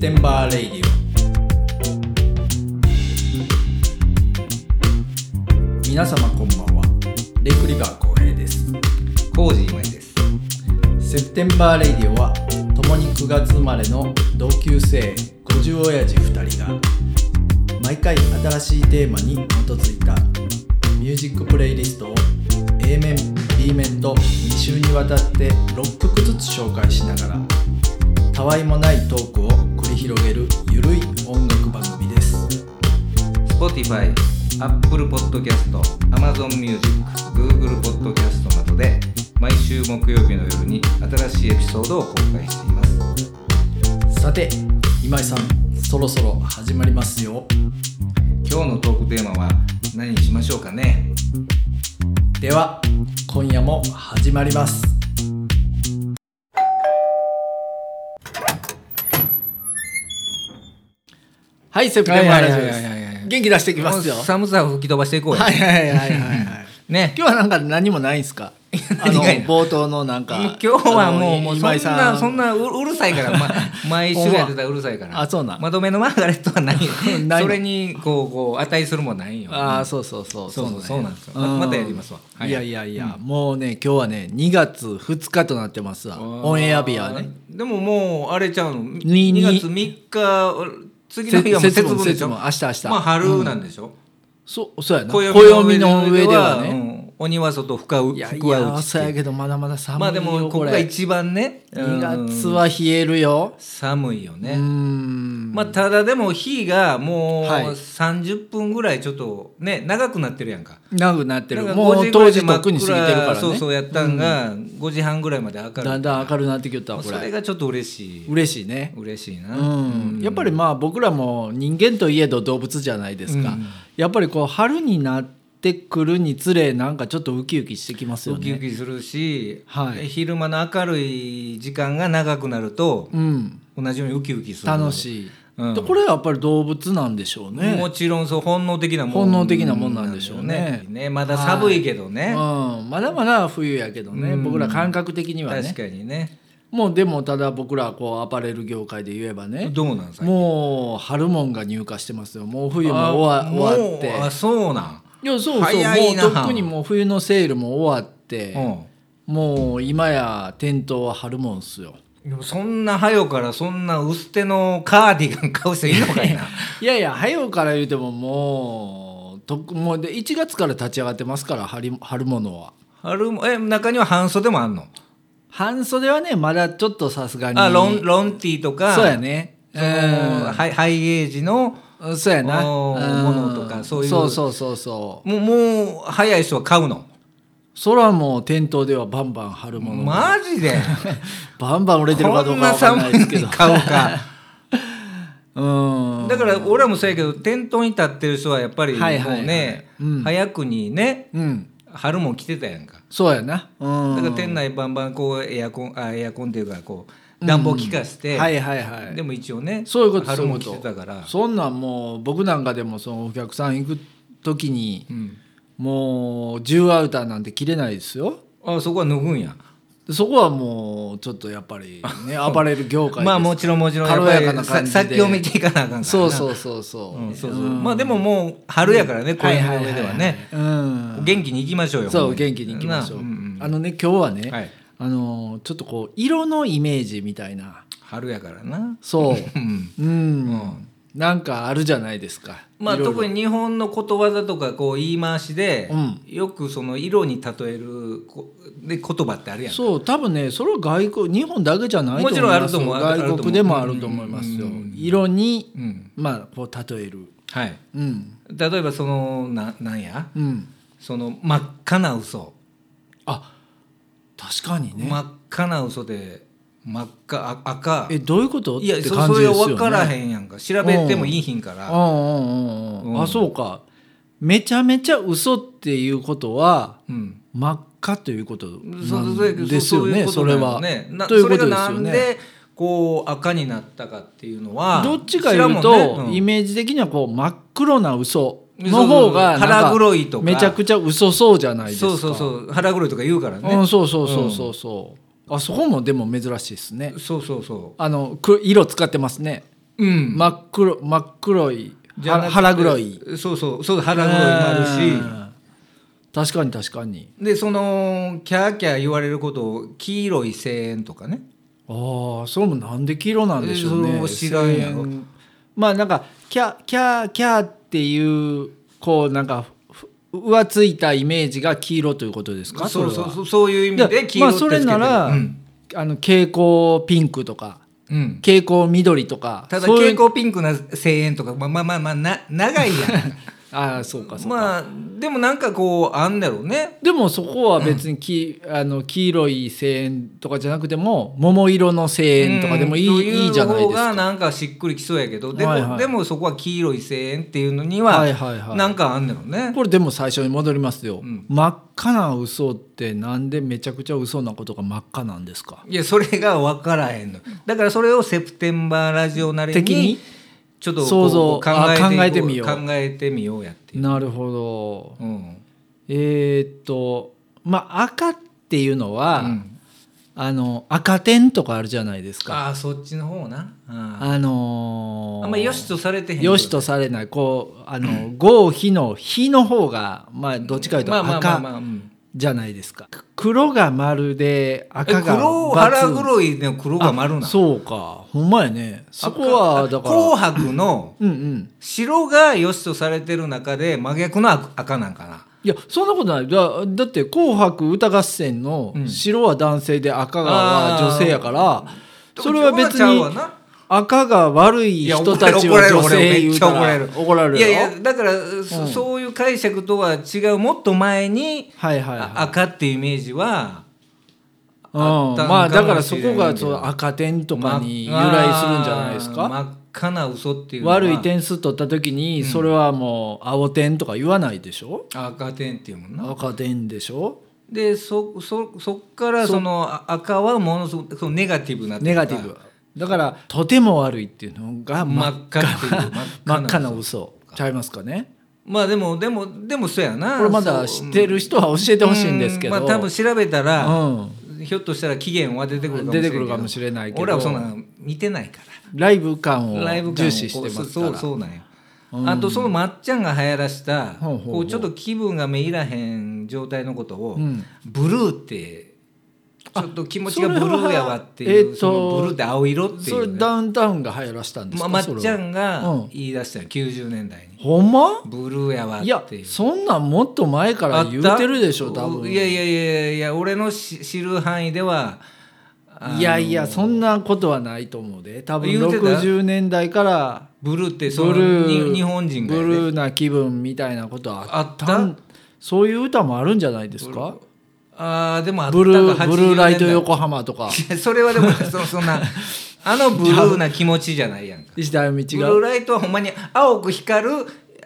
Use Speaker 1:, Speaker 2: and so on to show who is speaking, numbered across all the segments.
Speaker 1: テンバーレイディオ皆様こんばんはレイクリバー浩平です
Speaker 2: コージーまいです。
Speaker 1: セプテンバーレイディオは共に9月生まれの同級生50親父2人が毎回新しいテーマに基づいたミュージックプレイリストを A 面 B 面と2週にわたって6曲ずつ紹介しながらたわいもないトークを繰り広げるゆるい音楽番組です
Speaker 2: Spotify、Apple Podcast、Amazon Music、Google Podcast などで毎週木曜日の夜に新しいエピソードを公開しています。
Speaker 1: さて今井さんそろそろ始まりますよ
Speaker 2: 今日のトークテーマは何にしましょうかね
Speaker 1: では今夜も始まりますはいセプテンバーラジオで
Speaker 3: はいはいはいは
Speaker 1: す
Speaker 3: い
Speaker 1: 元気出していきますよ
Speaker 2: もう
Speaker 1: は
Speaker 2: 寒さを吹き飛ばしていこう
Speaker 1: い
Speaker 2: よ。
Speaker 1: はいはいはいはい
Speaker 2: ね。
Speaker 1: 今日はなんか何もないんすか あの
Speaker 2: 何がいいの
Speaker 1: 冒頭のなん
Speaker 2: 今
Speaker 1: か
Speaker 2: 日はも
Speaker 1: あ
Speaker 2: う
Speaker 1: の
Speaker 2: もうそん
Speaker 1: 今井さ
Speaker 2: なそんなううるさいか ら、ま、毎週やってたらうるさいから
Speaker 1: あそうなん
Speaker 2: まとめのマーガレットはない
Speaker 1: ないの
Speaker 2: それにこうこう値するもんないよ
Speaker 1: ああそうそうそう
Speaker 2: そうそう
Speaker 1: や
Speaker 2: そうなんですよままたやりますわはい
Speaker 1: いやいやいやもうね今日はね2月2日となってますわオンエア日はね
Speaker 2: でももうあれちゃうの
Speaker 1: に
Speaker 2: 2月3日次の日はもう節分でしょ
Speaker 1: 節分明日明日
Speaker 2: まあ春なんでしょ
Speaker 1: そうそうやな
Speaker 2: 暦
Speaker 1: 暦の上ではね
Speaker 2: うん鬼は外深う
Speaker 1: いやい
Speaker 2: 福は
Speaker 1: や、
Speaker 2: 内
Speaker 1: 朝やけどまだまだ寒いよ、
Speaker 2: まあでもここが一番ねうん
Speaker 1: 2月は冷えるよ。
Speaker 2: 寒いよ
Speaker 1: うー
Speaker 2: ね
Speaker 1: ん。
Speaker 2: まあただでも日がもう
Speaker 1: はい
Speaker 2: 30分ぐらいちょっとね長くなってるやんか
Speaker 1: 長くなってる。
Speaker 2: なんか
Speaker 1: も
Speaker 2: 5
Speaker 1: う
Speaker 2: 時ぐら
Speaker 1: 当
Speaker 2: いで
Speaker 1: 時
Speaker 2: 真っ暗
Speaker 1: 特に過ぎてるからね。
Speaker 2: そうそうやったんが5時半ぐらいまで明るい
Speaker 1: だんだん明るくなってきよったわこ
Speaker 2: それ
Speaker 1: れ。
Speaker 2: がちょっと嬉しい
Speaker 1: 嬉しいね。
Speaker 2: 嬉しいな
Speaker 1: うん、やっぱりまあ僕らも人間といえど動物じゃないですか、やっぱりこう春になってくるにつれなんかちょっとウキウキしてきますよ
Speaker 2: ウキウ
Speaker 1: ね。
Speaker 2: キするし、
Speaker 1: はい
Speaker 2: 昼間の明るい時間が長くなると
Speaker 1: うん、
Speaker 2: 同じようにウキウキする
Speaker 1: 楽しい、
Speaker 2: うん
Speaker 1: でこれはやっぱり動物なんでしょうね。
Speaker 2: もちろんそう本能的なもん
Speaker 1: 本能的なもんなんでしょうね
Speaker 2: なんだよまだ寒いけどね、
Speaker 1: うん、まだまだ冬やけどね、僕ら感覚的にはね
Speaker 2: 確かにね
Speaker 1: もうでもただ僕らこうアパレル業界で言えばね
Speaker 2: どうなんですか
Speaker 1: もう春もんが入荷してますよもう冬も
Speaker 2: あ
Speaker 1: 終わ終わって
Speaker 2: もうあそうなん、
Speaker 1: いやそうそう
Speaker 2: 早いな
Speaker 1: もうとっくにもう冬のセールも終わって、
Speaker 2: うん
Speaker 1: もう今や店頭は春もんっすよ
Speaker 2: でもそんな早うからそんな薄手のカーディガン買う人いるのか いな
Speaker 1: いやいや早うから言うてももうとっくもうで1月から立ち上がってますから春春物は
Speaker 2: 春もえ中には半袖もあんの
Speaker 1: 半袖はねまだちょっとさすがに
Speaker 2: あロンロンティーとか
Speaker 1: そうやね
Speaker 2: そのハイハイエージの
Speaker 1: うんそうやな
Speaker 2: おー
Speaker 1: うん
Speaker 2: 物とかそういう
Speaker 1: そうそうそうそう
Speaker 2: もうもう早い人は買うの
Speaker 1: そらもう店頭ではバンバン貼るもの、
Speaker 2: マジで
Speaker 1: バンバン売れてるかど
Speaker 2: こ
Speaker 1: うんか
Speaker 2: な
Speaker 1: わかんない
Speaker 2: 寒い
Speaker 1: ですけ
Speaker 2: に
Speaker 1: ど
Speaker 2: 買うか
Speaker 1: うん
Speaker 2: だから俺らもそうやけど店頭に立ってる人はやっぱりもう
Speaker 1: はいはい
Speaker 2: ね
Speaker 1: うん
Speaker 2: 早くにね
Speaker 1: うん
Speaker 2: 春も来てたやんか
Speaker 1: そうやなうん
Speaker 2: だから店内バンバンこうエアコンあエアコンっていうかこう暖房効かせて、
Speaker 1: はいはいはい
Speaker 2: でも一応ね
Speaker 1: そういうこと
Speaker 2: 春も来
Speaker 1: そうい
Speaker 2: て
Speaker 1: うこと
Speaker 2: たから
Speaker 1: そんなんもう僕なんかでもそのお客さん行く時に、
Speaker 2: ん
Speaker 1: もう10アウターなんて切れないですよ
Speaker 2: あそこは脱ぐんや
Speaker 1: そこはもうちょっとやっぱり ね暴れる業界です
Speaker 2: まあもちろんもちろん
Speaker 1: 軽やかな
Speaker 2: やっぱ
Speaker 1: 感
Speaker 2: り
Speaker 1: じ
Speaker 2: さ
Speaker 1: で
Speaker 2: 先を見ていかなあかんからな
Speaker 1: そうそうそうそう、
Speaker 2: うんそうそうまあでももう春やからね、こういうの上ではね、
Speaker 1: うん
Speaker 2: 元気に行きましょうよほ
Speaker 1: そ
Speaker 2: ん
Speaker 1: う
Speaker 2: ま
Speaker 1: 元気にいきましょう、
Speaker 2: なうん
Speaker 1: あのね今日はね、
Speaker 2: はい
Speaker 1: あのーちょっとこう色のイメージみたいな
Speaker 2: 春やからな
Speaker 1: そう
Speaker 2: うん
Speaker 1: うん、なんかあるじゃないですか
Speaker 2: まあ
Speaker 1: いろいろ
Speaker 2: 特に日本のことわざとかこう言い回しで、
Speaker 1: うん
Speaker 2: よくその色に例えるこで言葉ってあるやんか
Speaker 1: そう多分ねそれは外国日本だけじゃないと思いますよ
Speaker 2: もちろんあると思うあると思う
Speaker 1: 外国でもあると思いますよ、色に
Speaker 2: うん
Speaker 1: まあこう例える
Speaker 2: はい
Speaker 1: うん
Speaker 2: 例えばそのななんや
Speaker 1: うん
Speaker 2: その真っ赤な嘘、
Speaker 1: あ確かにね、
Speaker 2: 真っ赤な嘘で真っ赤あ赤
Speaker 1: えどういうこと
Speaker 2: いや
Speaker 1: って
Speaker 2: そ
Speaker 1: 感
Speaker 2: そ
Speaker 1: じ
Speaker 2: れ
Speaker 1: ですよ、ね、
Speaker 2: 分からへんやんか調べてもいいひんから、
Speaker 1: うんうんうんうん、
Speaker 2: う
Speaker 1: あ
Speaker 2: ん
Speaker 1: そうかめちゃめちゃ嘘っていうことは
Speaker 2: うん
Speaker 1: 真っ赤ということな
Speaker 2: そ
Speaker 1: ん
Speaker 2: うそう
Speaker 1: ですよね
Speaker 2: ういうこ
Speaker 1: そ
Speaker 2: と
Speaker 1: れ
Speaker 2: なんよ
Speaker 1: は
Speaker 2: ね。な
Speaker 1: ということ
Speaker 2: そ
Speaker 1: です
Speaker 2: れがな
Speaker 1: よ
Speaker 2: ん
Speaker 1: ね。
Speaker 2: でこう赤になったかっていうのは
Speaker 1: どっちかいうとイメ
Speaker 2: メ
Speaker 1: ージ的にはこう真っ黒な嘘
Speaker 2: そ
Speaker 1: の
Speaker 2: うそう
Speaker 1: 方がなんか
Speaker 2: 腹黒いとか
Speaker 1: めちゃくちゃ嘘そうじゃないですか
Speaker 2: そうそうそう腹黒いとか言うからね、
Speaker 1: うんそうそうそうそうそうあそこもでも珍しいですね
Speaker 2: そうそうそ
Speaker 1: あのく色使ってますね
Speaker 2: ううん
Speaker 1: 真っ黒真っ黒い
Speaker 2: じゃなく
Speaker 1: は
Speaker 2: て
Speaker 1: 腹黒い
Speaker 2: そうそうそう腹黒いもあるし
Speaker 1: し確かに確かに
Speaker 2: でそのキャーキャー言われることを黄色い声援とかね
Speaker 1: ああそれもなんで黄色なんでしょうね
Speaker 2: えーそれも知らんやろ
Speaker 1: 声援まあなんかキャキャーキャーっていうこうなんかふ浮ついたイメージが黄色ということですか
Speaker 2: そうそう
Speaker 1: れは
Speaker 2: そうそういう意味で黄
Speaker 1: ま
Speaker 2: 色
Speaker 1: あ
Speaker 2: ってつ
Speaker 1: そ
Speaker 2: けて
Speaker 1: れ
Speaker 2: る
Speaker 1: なら、
Speaker 2: うん
Speaker 1: あの蛍光ピンクとか
Speaker 2: うん
Speaker 1: 蛍光緑とか
Speaker 2: ただ
Speaker 1: そういう
Speaker 2: 蛍光ピンクな声援とかまあまあまあ、まあ、な長い や
Speaker 1: ああそうかそ
Speaker 2: ん
Speaker 1: うか、
Speaker 2: まあでもなんかこうあんだろうね
Speaker 1: でもそこは別にき、あの黄色い声援とかじゃなくても桃色の声援とかでもいい,、
Speaker 2: うん
Speaker 1: いいじゃない
Speaker 2: と
Speaker 1: で
Speaker 2: う
Speaker 1: す
Speaker 2: 方が
Speaker 1: か。
Speaker 2: なんかしっくりきそうやけどでも,、
Speaker 1: はいはい
Speaker 2: でもそこは黄色い声援っていうのに
Speaker 1: は
Speaker 2: はい
Speaker 1: はいはい、
Speaker 2: なんかあんだろうね、
Speaker 1: これでも最初に戻りますよ、
Speaker 2: うん
Speaker 1: 真っ赤な嘘ってなんでめちゃくちゃ嘘なことが真っ赤なんですか
Speaker 2: いやそれが分からへんのだからそれをセプテンバーラジオなり
Speaker 1: 的
Speaker 2: に
Speaker 1: に
Speaker 2: ちょっとこう
Speaker 1: 想像
Speaker 2: 考
Speaker 1: あ
Speaker 2: えてい
Speaker 1: 考えて
Speaker 2: こう
Speaker 1: みよう
Speaker 2: 考えてみようやっていう、
Speaker 1: なるほど
Speaker 2: うん
Speaker 1: えーっとまあ赤っていうのは、
Speaker 2: うん
Speaker 1: あの赤点とかあるじゃないですか
Speaker 2: ああそっちの方なあ
Speaker 1: あの
Speaker 2: あ
Speaker 1: ー
Speaker 2: あんまよしとされてへんけど
Speaker 1: よしとされないこうあの合否の否の方がまあどっちかという
Speaker 2: まあ
Speaker 1: と
Speaker 2: まあまあま
Speaker 1: 赤
Speaker 2: あ、うん
Speaker 1: じゃないですか黒が丸で赤が
Speaker 2: え黒
Speaker 1: バツ
Speaker 2: 腹黒いの黒が丸な
Speaker 1: あそうかほんまやねそこはだから
Speaker 2: 紅白の
Speaker 1: うんうん
Speaker 2: 白が良しとされてる中で真逆の赤赤なんかない
Speaker 1: やそんなことないだだって「紅白歌合戦」の
Speaker 2: うん
Speaker 1: 白は男性で赤は女性やから、それは別
Speaker 2: ちゃうわ
Speaker 1: に
Speaker 2: な
Speaker 1: 赤が悪い人たちを女性言うたら
Speaker 2: いや怒られる俺めっちゃ
Speaker 1: 怒られる
Speaker 2: い
Speaker 1: よ
Speaker 2: やいやだから、そそういう解釈とは違うもっと前に、
Speaker 1: はいはい、はい、
Speaker 2: あ赤っていうイメージは
Speaker 1: うん
Speaker 2: あったんかも
Speaker 1: まあだからそこ
Speaker 2: しれん
Speaker 1: が
Speaker 2: けど
Speaker 1: その赤点とかに由来するんじゃないです
Speaker 2: あー
Speaker 1: か
Speaker 2: 真っ赤な嘘っていうのは
Speaker 1: 悪い点数取った時にそれはもう青点とか言わないでしょ
Speaker 2: 赤点っていうもんな
Speaker 1: 赤点でしょ
Speaker 2: でそそそっからそのあ赤はものすごくそのネガティブな
Speaker 1: ネガティブだからとても悪いっていうのが
Speaker 2: 真
Speaker 1: 真
Speaker 2: っ赤っていう
Speaker 1: 真っ赤な嘘ちゃいますかね
Speaker 2: まあでもでもでもそうやな
Speaker 1: これまだ知ってる人は教えてほしいんですけど
Speaker 2: うまあ、多分調べたら、
Speaker 1: うん
Speaker 2: ひょっとしたら期限は出てくるかもしれない
Speaker 1: 出てくるかもしれないけど
Speaker 2: 俺はそんなの見てないか
Speaker 1: ライブ感
Speaker 2: らライブ
Speaker 1: を
Speaker 2: 感を
Speaker 1: 重視してますか
Speaker 2: そう
Speaker 1: ら
Speaker 2: そうなんよあとそのまっちゃんが流行らした
Speaker 1: ほうほうほう
Speaker 2: こうちょっと気分がめいらへん状態のことを、
Speaker 1: うん
Speaker 2: ブルーってちょっと気持ちが
Speaker 1: あそれ
Speaker 2: ブ
Speaker 1: は
Speaker 2: ルーやわってい
Speaker 1: え
Speaker 2: う、
Speaker 1: っと
Speaker 2: そのブルーって青色ってい
Speaker 1: そうれ
Speaker 2: ね、
Speaker 1: ダウンタウンが流行らせたんです
Speaker 2: ま
Speaker 1: か
Speaker 2: まっ
Speaker 1: それは
Speaker 2: ちゃん
Speaker 1: う
Speaker 2: が
Speaker 1: ん
Speaker 2: 言い出したよ90年代に
Speaker 1: ほんま
Speaker 2: ブルーやわ
Speaker 1: いや
Speaker 2: っていう。
Speaker 1: そんなんもっと前から言うてるでしょ多分
Speaker 2: いやいやいやいや俺のし知る範囲ではあの
Speaker 1: いやいやそんなことはないと思うで多分
Speaker 2: 言うてた
Speaker 1: 60年代から
Speaker 2: ブルーってそ
Speaker 1: ブル
Speaker 2: のに
Speaker 1: ー
Speaker 2: 日本人が
Speaker 1: ブ
Speaker 2: やで
Speaker 1: ルーな気分みたいなことはあった
Speaker 2: あ
Speaker 1: んそういう歌もあるんじゃないですか
Speaker 2: あーでもあった
Speaker 1: ブル
Speaker 2: か
Speaker 1: ーブルーライト
Speaker 2: 80年代
Speaker 1: 横浜とか
Speaker 2: いや それはでもそそんなあのブルーな気持ちじゃないやんか
Speaker 1: 石田
Speaker 2: ブ
Speaker 1: 道
Speaker 2: ル
Speaker 1: が
Speaker 2: ーライトはほんまに青く光る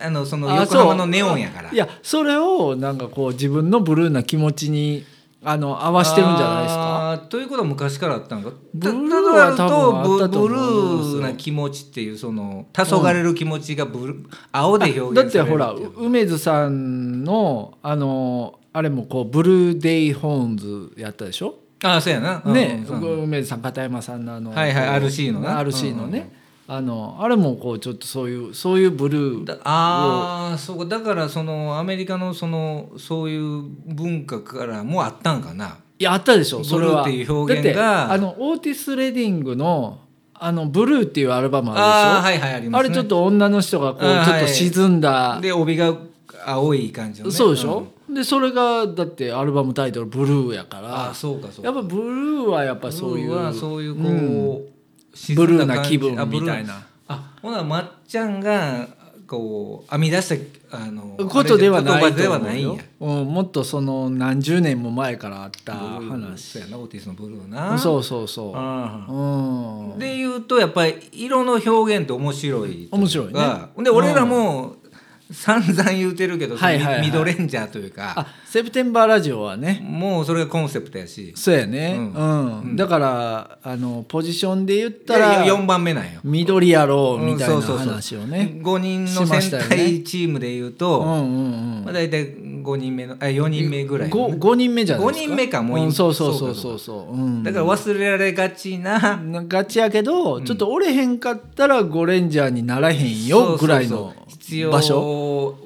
Speaker 2: あのその
Speaker 1: あ
Speaker 2: 横
Speaker 1: そう
Speaker 2: 浜のネオンやから
Speaker 1: いやそれをなんかこう自分のブルーな気持ちにあの合わしてるんじゃないですか
Speaker 2: あーということは昔からあったんか
Speaker 1: ブルー
Speaker 2: た
Speaker 1: は
Speaker 2: ただ
Speaker 1: 多分あった
Speaker 2: ブ
Speaker 1: と思う
Speaker 2: ブルーな気持ちっていうその黄昏る気持ちがブルー青で表
Speaker 1: だっ
Speaker 2: 現
Speaker 1: て
Speaker 2: される
Speaker 1: ほら
Speaker 2: っていう
Speaker 1: う梅津さんのあのあれもこうブルーデイホーンズやったでしょ
Speaker 2: ああそうやな
Speaker 1: ね、
Speaker 2: うんうん
Speaker 1: 梅津さん片山さんのあの、
Speaker 2: はいはい RC のな
Speaker 1: RC のね、あのあれもこうちょっとそういうそういうブルー
Speaker 2: だああそうかだからそのアメリカのそのそういう文化からもあったんかない
Speaker 1: やあったでしょそれは
Speaker 2: ブルーっていう表現が
Speaker 1: だってあのオーティス・レディングの「あのブルー」っていうアルバム
Speaker 2: ああー
Speaker 1: あるでしょ
Speaker 2: はいはいあり
Speaker 1: あ
Speaker 2: ます、ね、
Speaker 1: れちょっと女の人がこうち
Speaker 2: あー
Speaker 1: ょっと沈んだ、
Speaker 2: で帯が青い感じのね
Speaker 1: そうでしょ
Speaker 2: ん、
Speaker 1: でそれがだってアルバムタイトル「ブルー」やか
Speaker 2: ああ
Speaker 1: ら
Speaker 2: そうかそう
Speaker 1: や
Speaker 2: か
Speaker 1: っぱブルーはやっぱそうい
Speaker 2: ブルーは
Speaker 1: う
Speaker 2: そういうこう、
Speaker 1: ん
Speaker 2: 沈んだ
Speaker 1: ブルーな
Speaker 2: 感じ
Speaker 1: 気分
Speaker 2: あブルー
Speaker 1: みたいな
Speaker 2: あほなまっちゃんがこう編み出したあの
Speaker 1: ことではないと
Speaker 2: 言
Speaker 1: 思
Speaker 2: 葉
Speaker 1: うよ
Speaker 2: ではないんや
Speaker 1: うん、もっとその何十年も前からあった
Speaker 2: ブルー
Speaker 1: 話
Speaker 2: そうやなオーティスのブルーな
Speaker 1: そうそうそ
Speaker 2: あ
Speaker 1: ううん
Speaker 2: ーで言うとやっぱり色の表現って面白い
Speaker 1: 面白いね
Speaker 2: がで俺らも散々言うてるけど、
Speaker 1: はいはいはい
Speaker 2: ミドレンジャーというか
Speaker 1: あセプテンバーラジオはね
Speaker 2: もうそれがコンセプトやし
Speaker 1: そうやね
Speaker 2: う
Speaker 1: うんん、
Speaker 2: うん
Speaker 1: だからあのポジションで言ったら
Speaker 2: 4番目なんよ
Speaker 1: 緑やろうみたい
Speaker 2: うん
Speaker 1: な
Speaker 2: そうそうそう
Speaker 1: 話をね
Speaker 2: 5人の
Speaker 1: しまし
Speaker 2: 戦
Speaker 1: たよね
Speaker 2: 隊チームで言う
Speaker 1: うん
Speaker 2: と
Speaker 1: うんうん
Speaker 2: まあ、大体5 5人目のあ4人目ぐらいかな
Speaker 1: 5, 人目じゃないですか
Speaker 2: 五人目かもう今
Speaker 1: んそうそうそう
Speaker 2: そ
Speaker 1: そううそううん
Speaker 2: だから忘れられがちな、
Speaker 1: ガチやけど、ちょっと折れへんかったらゴレンジャーにならへんよぐらい
Speaker 2: そう
Speaker 1: の
Speaker 2: そうそう
Speaker 1: 場所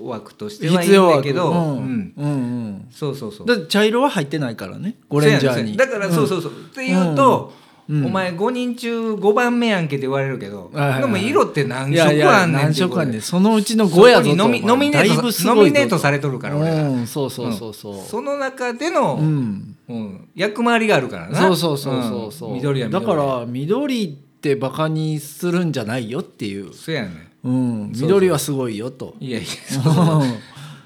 Speaker 2: 必要枠としてはいいんだけど、
Speaker 1: う
Speaker 2: うん
Speaker 1: んうん
Speaker 2: そうそうそう
Speaker 1: うんだって茶色は入ってないからねゴレンジャーに
Speaker 2: そうやねんそうやねんだからそう
Speaker 1: う
Speaker 2: そうそう、っていうと、
Speaker 1: うん
Speaker 2: お前5人中5番目やんけって言われるけど、
Speaker 1: はいはいはい
Speaker 2: でも色って何
Speaker 1: い
Speaker 2: 色
Speaker 1: やい
Speaker 2: あ
Speaker 1: や
Speaker 2: んねん
Speaker 1: 何
Speaker 2: っていう
Speaker 1: 色
Speaker 2: こと
Speaker 1: か
Speaker 2: で
Speaker 1: ねそのうちの5やぞ
Speaker 2: そ
Speaker 1: と
Speaker 2: こにノミノミネート
Speaker 1: だいぶすごいぞ
Speaker 2: ノミネートされとるから俺ら
Speaker 1: うんそうそうそうそう、
Speaker 2: その中での、う
Speaker 1: うんん
Speaker 2: 役回りがあるからな
Speaker 1: そうそうそうそうそう、
Speaker 2: ん緑は
Speaker 1: だ
Speaker 2: 緑
Speaker 1: から緑ってバカにするんじゃないよっていう、
Speaker 2: そうやね
Speaker 1: うん、
Speaker 2: そう
Speaker 1: 緑はすごいよ と
Speaker 2: いやいやそうそう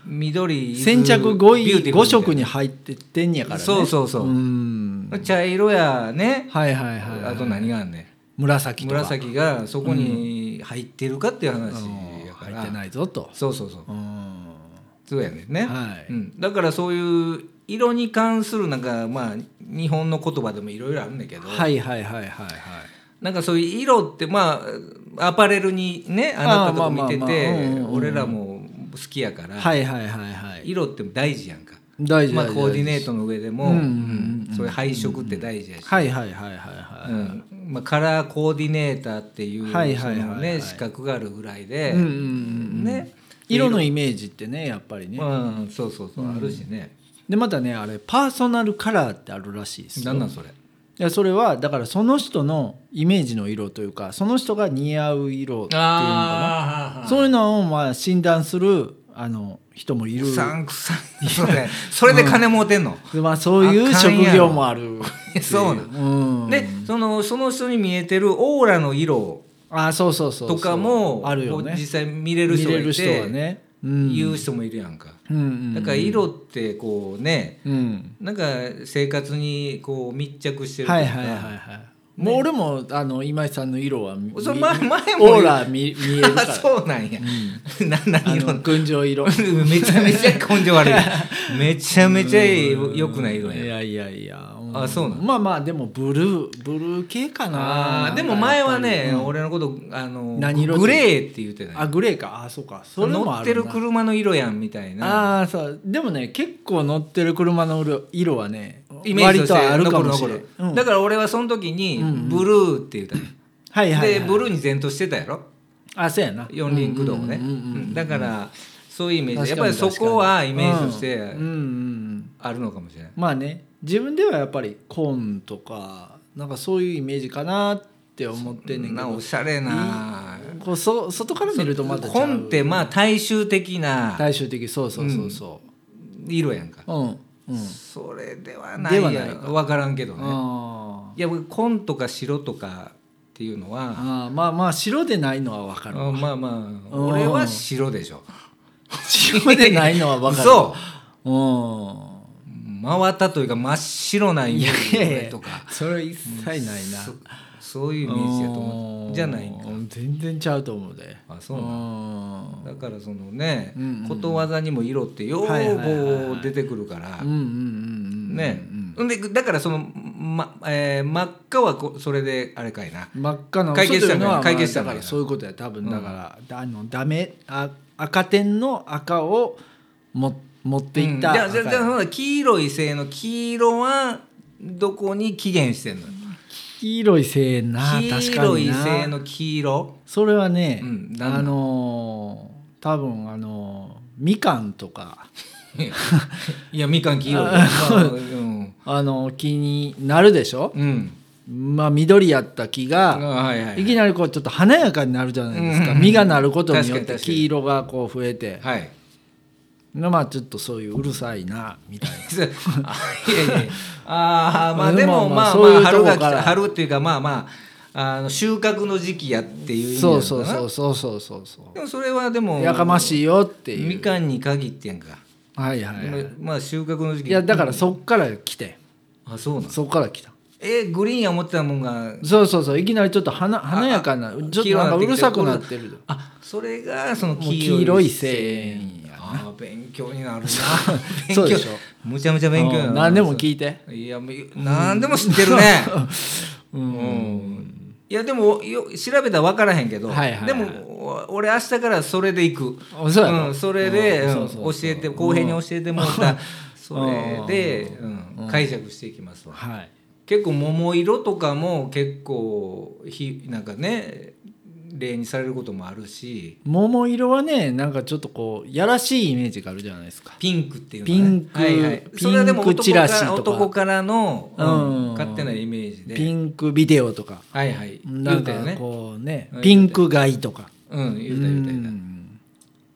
Speaker 2: 緑
Speaker 1: 先着5
Speaker 2: ビューティ
Speaker 1: 位
Speaker 2: フル
Speaker 1: 5色に入ってってんやからね
Speaker 2: そうそうそう
Speaker 1: うん
Speaker 2: 茶色やね
Speaker 1: はいはいはい、
Speaker 2: あと何があんねん
Speaker 1: 紫とか
Speaker 2: 紫がそこに入ってるかっていう話
Speaker 1: うん
Speaker 2: やか
Speaker 1: 入
Speaker 2: ら、
Speaker 1: ってないぞと
Speaker 2: そうそうそう
Speaker 1: うん
Speaker 2: そうやねんね、
Speaker 1: はい
Speaker 2: うん、だからそういう色に関するなんかまあ日本の言葉でもいろいろあるんだけど、
Speaker 1: はいはいはいはいはい
Speaker 2: なんかそういう色ってまあアパレルにねあなたとか見て
Speaker 1: あーまあまあまあ
Speaker 2: て
Speaker 1: うんうんうん
Speaker 2: 俺らも好きやから、
Speaker 1: はいはいはいはい
Speaker 2: 色って大事やんか、
Speaker 1: 大事
Speaker 2: まあ、
Speaker 1: 大事
Speaker 2: コーディネートの上でも、
Speaker 1: うんうん
Speaker 2: うんそういう配色って大事やし、
Speaker 1: はいはいはいはいは
Speaker 2: う
Speaker 1: い、
Speaker 2: んまあ、カラーコーディネーターっていう
Speaker 1: はいはいはいはい
Speaker 2: そのね資格があるぐらいで、
Speaker 1: うんうんうんうん
Speaker 2: ね
Speaker 1: 色のイメージってねやっぱりね、
Speaker 2: うん、そうそうそう、あるしね
Speaker 1: でまたねあれパーソナルカラーってあるらしいですよ
Speaker 2: なんなんそれ
Speaker 1: いやそれはだからその人のイメージの色というかその人が似合う色っていうのかなそういうのをまあ診断するあの人もいる
Speaker 2: うさんくさんそれそれで金持てんの、
Speaker 1: まあそういう職業もある
Speaker 2: やろ そうなん
Speaker 1: うん
Speaker 2: でそのその人に見えてるオーラの色
Speaker 1: あそうそうそうそう
Speaker 2: とかも
Speaker 1: あるよね
Speaker 2: こう実際見れる
Speaker 1: 見
Speaker 2: 人が
Speaker 1: れ
Speaker 2: い
Speaker 1: る人は
Speaker 2: て、
Speaker 1: ねう
Speaker 2: 言
Speaker 1: ん
Speaker 2: う人もいるやんか、
Speaker 1: うんうん
Speaker 2: だから色ってこうね
Speaker 1: うん
Speaker 2: なんか生活にこう密着してると
Speaker 1: は
Speaker 2: いう
Speaker 1: い
Speaker 2: か
Speaker 1: はいはいはいもう俺もあの今井さんの色は見
Speaker 2: それ前前も
Speaker 1: オーラ見見えるか
Speaker 2: あ
Speaker 1: ら
Speaker 2: そうなんや、な
Speaker 1: あ
Speaker 2: 何色
Speaker 1: の群青色
Speaker 2: めちゃめちゃ根性悪 いめちゃめちゃ良くない色
Speaker 1: いや
Speaker 2: や
Speaker 1: いやいや、ん
Speaker 2: あそうなの
Speaker 1: まあまあでもブルーブルー系かな
Speaker 2: あーでも前はね、俺のことあの
Speaker 1: 何色
Speaker 2: グレーって言ってた
Speaker 1: あ
Speaker 2: よ
Speaker 1: グレーかあそうかそれも
Speaker 2: 乗
Speaker 1: あ
Speaker 2: っ
Speaker 1: る
Speaker 2: て
Speaker 1: な
Speaker 2: る車の色やんみたいな
Speaker 1: ああそうでもね結構乗ってる車の色色はね
Speaker 2: イメージと
Speaker 1: 割
Speaker 2: して
Speaker 1: とあるかもし
Speaker 2: 残
Speaker 1: れ
Speaker 2: る
Speaker 1: ない、う
Speaker 2: 残る
Speaker 1: ん
Speaker 2: だから俺はその時にブルーって言ったよ
Speaker 1: はいはい、はい、
Speaker 2: でブルーに全頭してたやろ
Speaker 1: あそうやな
Speaker 2: 四輪駆動もね
Speaker 1: うんうんうんうん
Speaker 2: うんだからそういうイメージや
Speaker 1: 確
Speaker 2: っぱ
Speaker 1: か
Speaker 2: り
Speaker 1: に
Speaker 2: そこはイメージ
Speaker 1: う
Speaker 2: とし
Speaker 1: ん
Speaker 2: て
Speaker 1: うんうんうん
Speaker 2: あるのかもしれない
Speaker 1: まあね自分ではやっぱりコーンとかなんかそういうイメージかなって思ってんねんけ
Speaker 2: な
Speaker 1: ど
Speaker 2: おしゃれな
Speaker 1: こうそ外から見るとまたちゃ
Speaker 2: コンっ
Speaker 1: う
Speaker 2: てまあ大衆的な
Speaker 1: 大衆的そうそうそうそ
Speaker 2: 色やんか
Speaker 1: ううんうん
Speaker 2: それではないや
Speaker 1: ではないか
Speaker 2: 分からんけどね
Speaker 1: あ
Speaker 2: いや僕紺とか白とかっていうの
Speaker 1: ー
Speaker 2: は
Speaker 1: あーまあまあ白でないのは分かる
Speaker 2: あまあまあ
Speaker 1: うん
Speaker 2: 俺は白でしょ
Speaker 1: 白でないのは分かる
Speaker 2: そう
Speaker 1: うん
Speaker 2: う回ったというか真っ白なイメージ
Speaker 1: いやいやい
Speaker 2: 俺
Speaker 1: や
Speaker 2: とか
Speaker 1: それ一切ないな
Speaker 2: そそういうイメージやと思うじゃないんか
Speaker 1: うん全然ちゃうと思うで
Speaker 2: あそうな
Speaker 1: ん
Speaker 2: んだからそのね、
Speaker 1: うんうんうん
Speaker 2: ことわざにも色ってよう
Speaker 1: はいはいはい
Speaker 2: こ
Speaker 1: は
Speaker 2: う
Speaker 1: い
Speaker 2: 出てくるから、
Speaker 1: うんうんうん
Speaker 2: ね、んでだからその、まえー真っ赤はこそれであれかいな
Speaker 1: 真っ赤な
Speaker 2: 解決したんか
Speaker 1: 外の
Speaker 2: いな
Speaker 1: はまあ
Speaker 2: 解決したん
Speaker 1: だ
Speaker 2: か
Speaker 1: か
Speaker 2: いな
Speaker 1: らそういうことや多分だから、あのダメあ赤点の赤をも持っていった、
Speaker 2: うんじゃあじゃあ
Speaker 1: 赤
Speaker 2: じゃあほな黄色い性の黄色はどこに起源してんの
Speaker 1: 黄色いせいな確かにな
Speaker 2: 黄色い性の黄色
Speaker 1: それはね、
Speaker 2: うんなんなん
Speaker 1: あのー多分あのーみかんとか、
Speaker 2: いやみかん黄色い、ま あうん
Speaker 1: あのー木になるでしょ、
Speaker 2: うん、
Speaker 1: まあ緑やった木
Speaker 2: あ
Speaker 1: が、
Speaker 2: はいはい
Speaker 1: いきなりこうちょっと華やかになるじゃないですか、
Speaker 2: うん
Speaker 1: 実がなることによっ
Speaker 2: 確かに確か
Speaker 1: て
Speaker 2: に
Speaker 1: 黄色がこう増えて、
Speaker 2: はい
Speaker 1: まあちょっとそういううるさいなみたいな。
Speaker 2: あいやいやあーまあでも
Speaker 1: ま
Speaker 2: ま
Speaker 1: あま
Speaker 2: あま
Speaker 1: あ
Speaker 2: あ
Speaker 1: そうい
Speaker 2: 春
Speaker 1: うとこ
Speaker 2: が来
Speaker 1: から
Speaker 2: た春っていうかまあまああの収穫の時期やっていう意味な
Speaker 1: そ
Speaker 2: の
Speaker 1: う
Speaker 2: かな
Speaker 1: そうそうそうそうそうそ
Speaker 2: でもそれはでも
Speaker 1: うやかましいよっていう
Speaker 2: みかんに限ってやんか、
Speaker 1: はいはい、はい、
Speaker 2: まあ収穫の時期
Speaker 1: いやだからそっから来て
Speaker 2: あそうなん
Speaker 1: そっから来た
Speaker 2: えーグリーンや思ってたもんが
Speaker 1: そうそうそういきなりちょっと華華やかなちょっとなんかうるさくなってる
Speaker 2: あそれがその
Speaker 1: もう
Speaker 2: 黄
Speaker 1: 黄色
Speaker 2: 色い
Speaker 1: い声援や
Speaker 2: あー勉強になるな勉強
Speaker 1: そうでしょ
Speaker 2: むちゃむちゃ勉強にな
Speaker 1: う
Speaker 2: る
Speaker 1: ん何でも聞いて
Speaker 2: いやもう何でも知ってる ねうん、いやでもよ調べたら分からへんけど、
Speaker 1: はいはいはい
Speaker 2: でもお俺明日からそれで行く
Speaker 1: あそうやろ
Speaker 2: ん、それで、
Speaker 1: うん
Speaker 2: うん
Speaker 1: そう
Speaker 2: 教
Speaker 1: そうそう
Speaker 2: えて公平に教えてもら った、それで、
Speaker 1: う
Speaker 2: うん
Speaker 1: うん
Speaker 2: 解釈していきますわ、
Speaker 1: はい
Speaker 2: 結構桃色とかも結構ひなんかね例にされることもあるし
Speaker 1: 桃色はねなんかちょっとこうやらしいイメージがあるじゃないですか
Speaker 2: ピンクっていう
Speaker 1: ピンク
Speaker 2: はいはい、
Speaker 1: ピンク
Speaker 2: それはでも男
Speaker 1: チ
Speaker 2: か
Speaker 1: ラシと
Speaker 2: ら
Speaker 1: か
Speaker 2: 男からの、うん
Speaker 1: うん
Speaker 2: 勝手なイメージで
Speaker 1: ピンクビデオとか
Speaker 2: はいはい
Speaker 1: な
Speaker 2: 言うんた
Speaker 1: か
Speaker 2: よね
Speaker 1: こうね
Speaker 2: 言うた
Speaker 1: ピ
Speaker 2: よ
Speaker 1: ンク買いとか
Speaker 2: うん言うた言うた言うた
Speaker 1: うん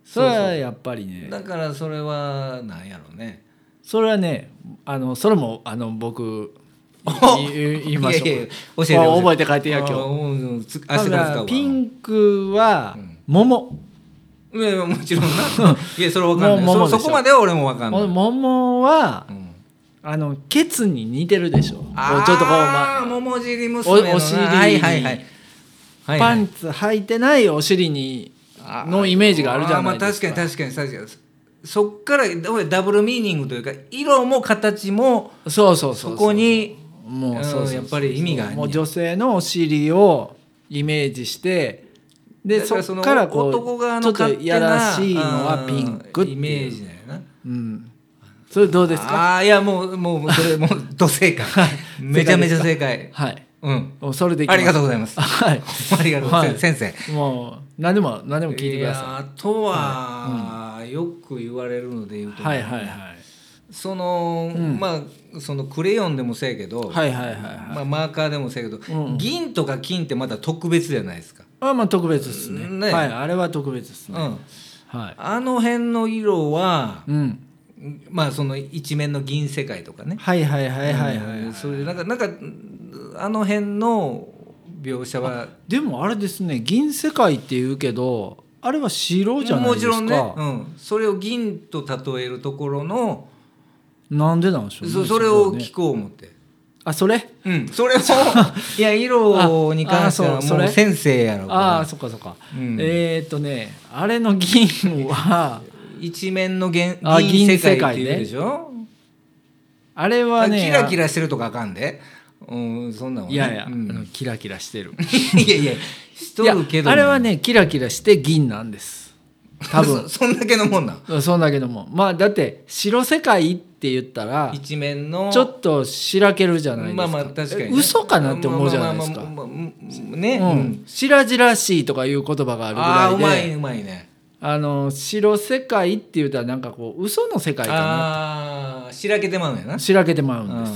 Speaker 1: それはやっぱりね
Speaker 2: だからそれはなんやろうね
Speaker 1: それはねあのそれもあの僕いい言いましょう
Speaker 2: いやいや教えて
Speaker 1: あ覚えて帰ってや
Speaker 2: あ
Speaker 1: 今
Speaker 2: うんうんつ明日から
Speaker 1: 日だか
Speaker 2: 使う
Speaker 1: ら
Speaker 2: わ
Speaker 1: ピンクは
Speaker 2: うん
Speaker 1: 桃、
Speaker 2: いやいやもちろんな いやそれわかんない
Speaker 1: もうもうでし
Speaker 2: そ
Speaker 1: ょ
Speaker 2: そこまでは俺もわかんない、うん、
Speaker 1: 桃はあのケツに似てるでしょこうちょっとこう、
Speaker 2: あー
Speaker 1: ま、
Speaker 2: 桃尻娘のな
Speaker 1: おお尻に
Speaker 2: はいはいはいはいは
Speaker 1: パ
Speaker 2: い
Speaker 1: ンツ履いてないお尻に
Speaker 2: あ
Speaker 1: のイメージがあるじゃないですか
Speaker 2: あーまあ確かに確かに確かにそっからダブルミーニングというか色も形も
Speaker 1: そうそうそう
Speaker 2: そうこに
Speaker 1: も
Speaker 2: う
Speaker 1: うんそうそうそう
Speaker 2: やっぱり意味がある
Speaker 1: もう女性のお尻をイメージしてで
Speaker 2: だから
Speaker 1: そっからこう
Speaker 2: 男側
Speaker 1: ちょ
Speaker 2: の
Speaker 1: っと
Speaker 2: 勝手な
Speaker 1: やらしいのはピンクっていう
Speaker 2: イメージだよな
Speaker 1: うん、それどうですか
Speaker 2: ああーいやもうもうそれもうど正解めちゃめちゃ正解
Speaker 1: はい
Speaker 2: うん
Speaker 1: もうそれでいきま
Speaker 2: あ
Speaker 1: す
Speaker 2: りがとうございま す
Speaker 1: はい
Speaker 2: ありがとうございます
Speaker 1: は
Speaker 2: 先生
Speaker 1: い、もう何でも何でも聞いてくだ
Speaker 2: や
Speaker 1: さ
Speaker 2: あとはよく言われるので言う
Speaker 1: い
Speaker 2: と
Speaker 1: はいはいはい
Speaker 2: その
Speaker 1: ん
Speaker 2: まあそのクレヨンでもそうやけど
Speaker 1: はいはいはいはい
Speaker 2: まあ、マーカーでもそうやけど、
Speaker 1: うん
Speaker 2: 銀とか金ってまだ特別じゃないですか、
Speaker 1: あまあ特別ですね
Speaker 2: ね
Speaker 1: はいあれは特別ですね、
Speaker 2: うん、
Speaker 1: はい
Speaker 2: あの辺の色は、
Speaker 1: うん
Speaker 2: まあその一面の銀世界とかね
Speaker 1: はいはいはいはいはい、
Speaker 2: うんそういうなんかなんかあの辺の描写は
Speaker 1: でもあれですね銀世界って言うけどあれは白じゃない
Speaker 2: も
Speaker 1: で
Speaker 2: ち
Speaker 1: すか
Speaker 2: ろんね、うん、それを銀と例えるところの、
Speaker 1: なんでなんでしょうね
Speaker 2: そそれを
Speaker 1: こはね
Speaker 2: 聞こう思って。
Speaker 1: あそれ
Speaker 2: うん、そ れをいや色に関して
Speaker 1: あ
Speaker 2: は
Speaker 1: あそうそ
Speaker 2: も
Speaker 1: れ
Speaker 2: う先生やろう
Speaker 1: ああ
Speaker 2: か
Speaker 1: そっかそっか、
Speaker 2: うん
Speaker 1: えーっ、とねあれの銀 は
Speaker 2: ら一面の銀
Speaker 1: あ
Speaker 2: 銀
Speaker 1: 銀
Speaker 2: 世
Speaker 1: 世界ね
Speaker 2: 界っていうでしょ
Speaker 1: あれはね
Speaker 2: キラキラしてるとかあかんで。うん、そんなんはね
Speaker 1: いやいや、
Speaker 2: う
Speaker 1: あの
Speaker 2: ん
Speaker 1: キラキラ してる
Speaker 2: いやいや、しとるけ
Speaker 1: い
Speaker 2: ど。
Speaker 1: やあれは、ねキラキラして銀なんです多分
Speaker 2: そ。そんだけのもんなん。
Speaker 1: そうだけどもまあだって白世界って言ったら
Speaker 2: 一面の。
Speaker 1: ちょっとしらけるじゃないですか,、
Speaker 2: まあまあ、確かにね、
Speaker 1: 嘘かなって思うじゃないですか、
Speaker 2: まあまあまあまあまあね。
Speaker 1: う、
Speaker 2: うん
Speaker 1: 白々しいとかいう言葉があ
Speaker 2: ああ、
Speaker 1: る
Speaker 2: う
Speaker 1: ぐ
Speaker 2: ま
Speaker 1: らい
Speaker 2: い、
Speaker 1: で
Speaker 2: うまいね。
Speaker 1: あの白世界って言うたらなんかこう嘘の世界か
Speaker 2: ああ、しらけてまうのやな
Speaker 1: な。しらけてまうんです、
Speaker 2: う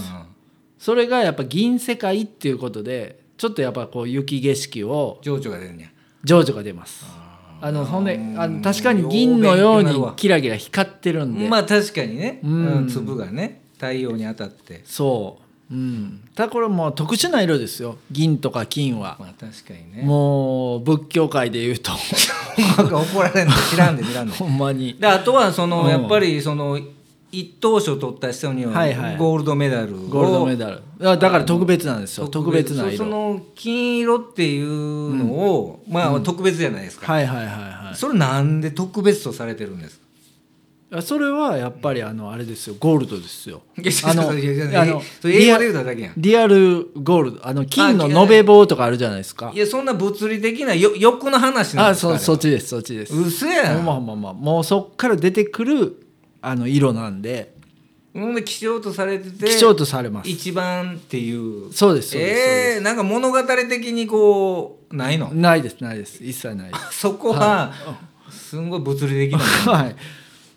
Speaker 1: それがやっぱ銀世界っていうことでちょっとやっぱこう雪景色を
Speaker 2: ん。情緒が出るんや。
Speaker 1: 情緒が出ますあのほんであの確かに銀のよう
Speaker 2: よう勉強になる
Speaker 1: に
Speaker 2: わ
Speaker 1: キラキラ光ってるんで、
Speaker 2: まあ、確かにね。
Speaker 1: う
Speaker 2: うんん、粒がね、太陽に当たって。
Speaker 1: そう、うん、だからこれもう特殊な色ですよ銀とか金は、
Speaker 2: まあ、確かにね。
Speaker 1: もう仏教界で言うと
Speaker 2: なんか怒られんの知らんで、知らんで。
Speaker 1: ほんまに
Speaker 2: であとはその、
Speaker 1: うん
Speaker 2: やっぱりその一等賞取った人には
Speaker 1: はいはい
Speaker 2: ゴールドメダルを、
Speaker 1: ゴールドメダルだだから特別なんですよ特別な
Speaker 2: そうそ
Speaker 1: 色
Speaker 2: の金色っていうのを、まあ特別じゃないですか、
Speaker 1: はいはいはいはい
Speaker 2: それなんで特別とされてるんですか
Speaker 1: いやそれはやっぱりあのあれですよゴールドですよ
Speaker 2: いやいや
Speaker 1: あの
Speaker 2: いやいやいや
Speaker 1: あの
Speaker 2: それ英
Speaker 1: リア
Speaker 2: 語で言うただけやん
Speaker 1: リアルゴールドあの金の
Speaker 2: あ
Speaker 1: 延べ棒とかあるじゃないですか
Speaker 2: いやそんな物理的なよ横の話なん
Speaker 1: あ
Speaker 2: ですか
Speaker 1: そ
Speaker 2: あ
Speaker 1: う
Speaker 2: れ
Speaker 1: そっちですそっちです
Speaker 2: 嘘や
Speaker 1: ほ
Speaker 2: ん
Speaker 1: んまほんまほんまもうそっから出てくるあの色なんで
Speaker 2: ほんで希少とされてて
Speaker 1: 貴重とされます
Speaker 2: 一番っていう
Speaker 1: そうですそうですそう
Speaker 2: え
Speaker 1: で
Speaker 2: えなんか物語的にこうないの
Speaker 1: ないですないです一切ないです
Speaker 2: そこはすんごい物理的な
Speaker 1: はい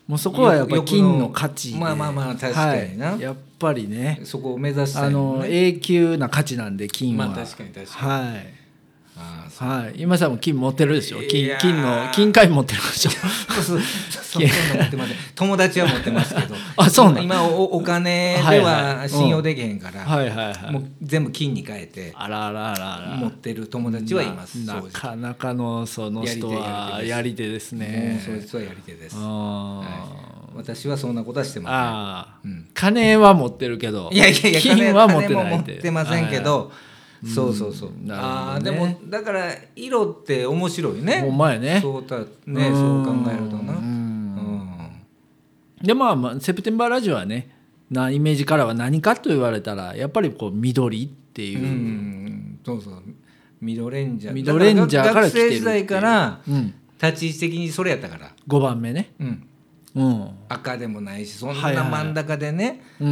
Speaker 1: もうそこはやっぱり金の価値で
Speaker 2: まあまあまあ確かにな
Speaker 1: はいやっぱりね
Speaker 2: そこを目指したい
Speaker 1: あ
Speaker 2: よ
Speaker 1: の
Speaker 2: ね
Speaker 1: 永久な価値なんで金は、
Speaker 2: まあ確かに確
Speaker 1: はい
Speaker 2: ああそ
Speaker 1: はい、今さんも金持ってるでしょ
Speaker 2: い
Speaker 1: 金
Speaker 2: やー
Speaker 1: 金の金塊持ってるで しょ
Speaker 2: うそうそうそう持ってません友達は持ってますけど
Speaker 1: あそうなん
Speaker 2: 今おお金では信用できへんから、
Speaker 1: はいはいはい
Speaker 2: もう全部金に変えて
Speaker 1: あらあらあらあら
Speaker 2: 持ってる友達はいます
Speaker 1: な
Speaker 2: そうです
Speaker 1: かなかのその人はや
Speaker 2: や
Speaker 1: り手です
Speaker 2: も
Speaker 1: ね
Speaker 2: うそうですはやり手です、は
Speaker 1: あ
Speaker 2: い、私はそんなことはして
Speaker 1: ー
Speaker 2: ま
Speaker 1: あー、
Speaker 2: うん
Speaker 1: 金は持ってるけど
Speaker 2: せんいやいやいや
Speaker 1: 金
Speaker 2: 金
Speaker 1: は持っ
Speaker 2: は持ってて
Speaker 1: ない
Speaker 2: 持ってませんけど、そうそうそう、
Speaker 1: なる
Speaker 2: あ
Speaker 1: ほ
Speaker 2: あ
Speaker 1: ど
Speaker 2: で
Speaker 1: ね
Speaker 2: もだから色って面白いね
Speaker 1: ほんまやね
Speaker 2: そうだね
Speaker 1: うん
Speaker 2: そう考えるとな
Speaker 1: う
Speaker 2: うん
Speaker 1: でまあ、まあ、セプテンバーラジオはねなイメージカラーは何かと言われたらやっぱりこう緑っていうう、
Speaker 2: んそうそうミドレンジャー
Speaker 1: ミドレンジャーから来てる
Speaker 2: 学生時代から
Speaker 1: うん、
Speaker 2: 立ち位置的にそれやったから、
Speaker 1: 5番目ね
Speaker 2: うん、
Speaker 1: うん、
Speaker 2: 赤でもないしそんな
Speaker 1: はいはいはい
Speaker 2: 真ん中でね、
Speaker 1: うん
Speaker 2: う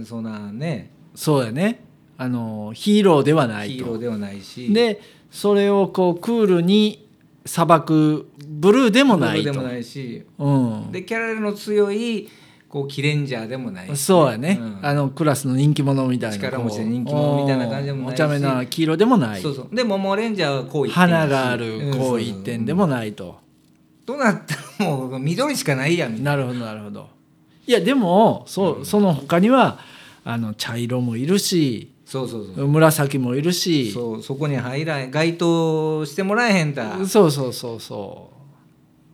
Speaker 2: んそんなね
Speaker 1: そうやねあのヒーローではないと
Speaker 2: ヒーローではないし
Speaker 1: でそれをこうクールに裁くブルーでもない
Speaker 2: ヒ
Speaker 1: と
Speaker 2: ーローでもないし
Speaker 1: うん、
Speaker 2: でキャラの強いこうキレンジャーでもないし
Speaker 1: そうやね、
Speaker 2: うん
Speaker 1: あのクラスの人気者みたいな
Speaker 2: 力
Speaker 1: こう
Speaker 2: 持ちで人気者みたいな感じでもないし
Speaker 1: お茶目な黄色でもない
Speaker 2: そうそうでモモレンジャーはこう言ってるし
Speaker 1: 花があるこう一点でも
Speaker 2: も
Speaker 1: ないと、
Speaker 2: となったらもう緑しかないやんみたいな
Speaker 1: なるほどなるほどいやでもそう、その他にはあの茶色もいるし
Speaker 2: そうそうそう
Speaker 1: 紫もいるしそ
Speaker 2: そうそこに入らへん該当してもらえへんだ
Speaker 1: うそうそうそうそ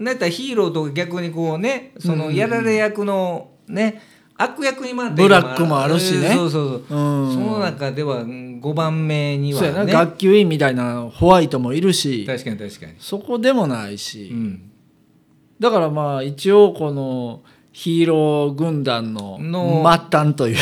Speaker 2: なんやったらヒーローと逆にこうねそ
Speaker 1: うんうん
Speaker 2: の
Speaker 1: うん
Speaker 2: やられ役のね悪役に回って
Speaker 1: ブ
Speaker 2: る
Speaker 1: ラックもあるしね
Speaker 2: そうそう
Speaker 1: う
Speaker 2: そうう、
Speaker 1: ん
Speaker 2: その中では5番目には
Speaker 1: そうやな、
Speaker 2: ね確か
Speaker 1: 学級委員みたいなホワイトもいるし
Speaker 2: に確かに
Speaker 1: そこでもないし、
Speaker 2: うん
Speaker 1: だからまあ一応このヒーロー軍団の
Speaker 2: の
Speaker 1: 末端という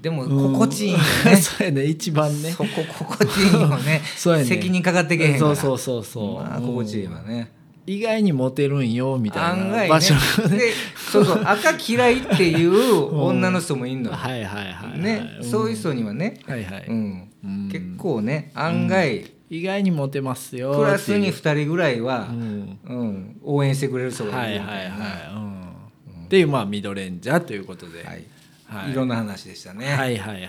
Speaker 2: でも
Speaker 1: うん
Speaker 2: 心地いいよ ね、
Speaker 1: そうやね一番ね
Speaker 2: そこ心地いいよね
Speaker 1: そうやね
Speaker 2: 責任かかってけへんか
Speaker 1: そ
Speaker 2: ら
Speaker 1: うそうそうそう、
Speaker 2: まあ心地いいわね、
Speaker 1: 意外にモテるんよみた
Speaker 2: 案
Speaker 1: いな
Speaker 2: 外
Speaker 1: 場所が
Speaker 2: ね
Speaker 1: ね
Speaker 2: でそうそう赤嫌いっ ていう女の人もいんのよ、
Speaker 1: はいはいはいはい、
Speaker 2: ね、
Speaker 1: ん
Speaker 2: そういう人にはね、
Speaker 1: はいはい、
Speaker 2: うん
Speaker 1: うん
Speaker 2: 結構ね案外、
Speaker 1: 意外にモテますよ
Speaker 2: プラスに
Speaker 1: っていう
Speaker 2: 2人ぐらいは
Speaker 1: う、ん
Speaker 2: うん、応援してくれる人が
Speaker 1: はいい
Speaker 2: るみ
Speaker 1: は
Speaker 2: た
Speaker 1: い
Speaker 2: いな
Speaker 1: はい、うん、っていうまあミドレンジャーということで、
Speaker 2: はい
Speaker 1: はい
Speaker 2: いろんな話でしたね。、
Speaker 1: はいいはいはいはい、
Speaker 2: はい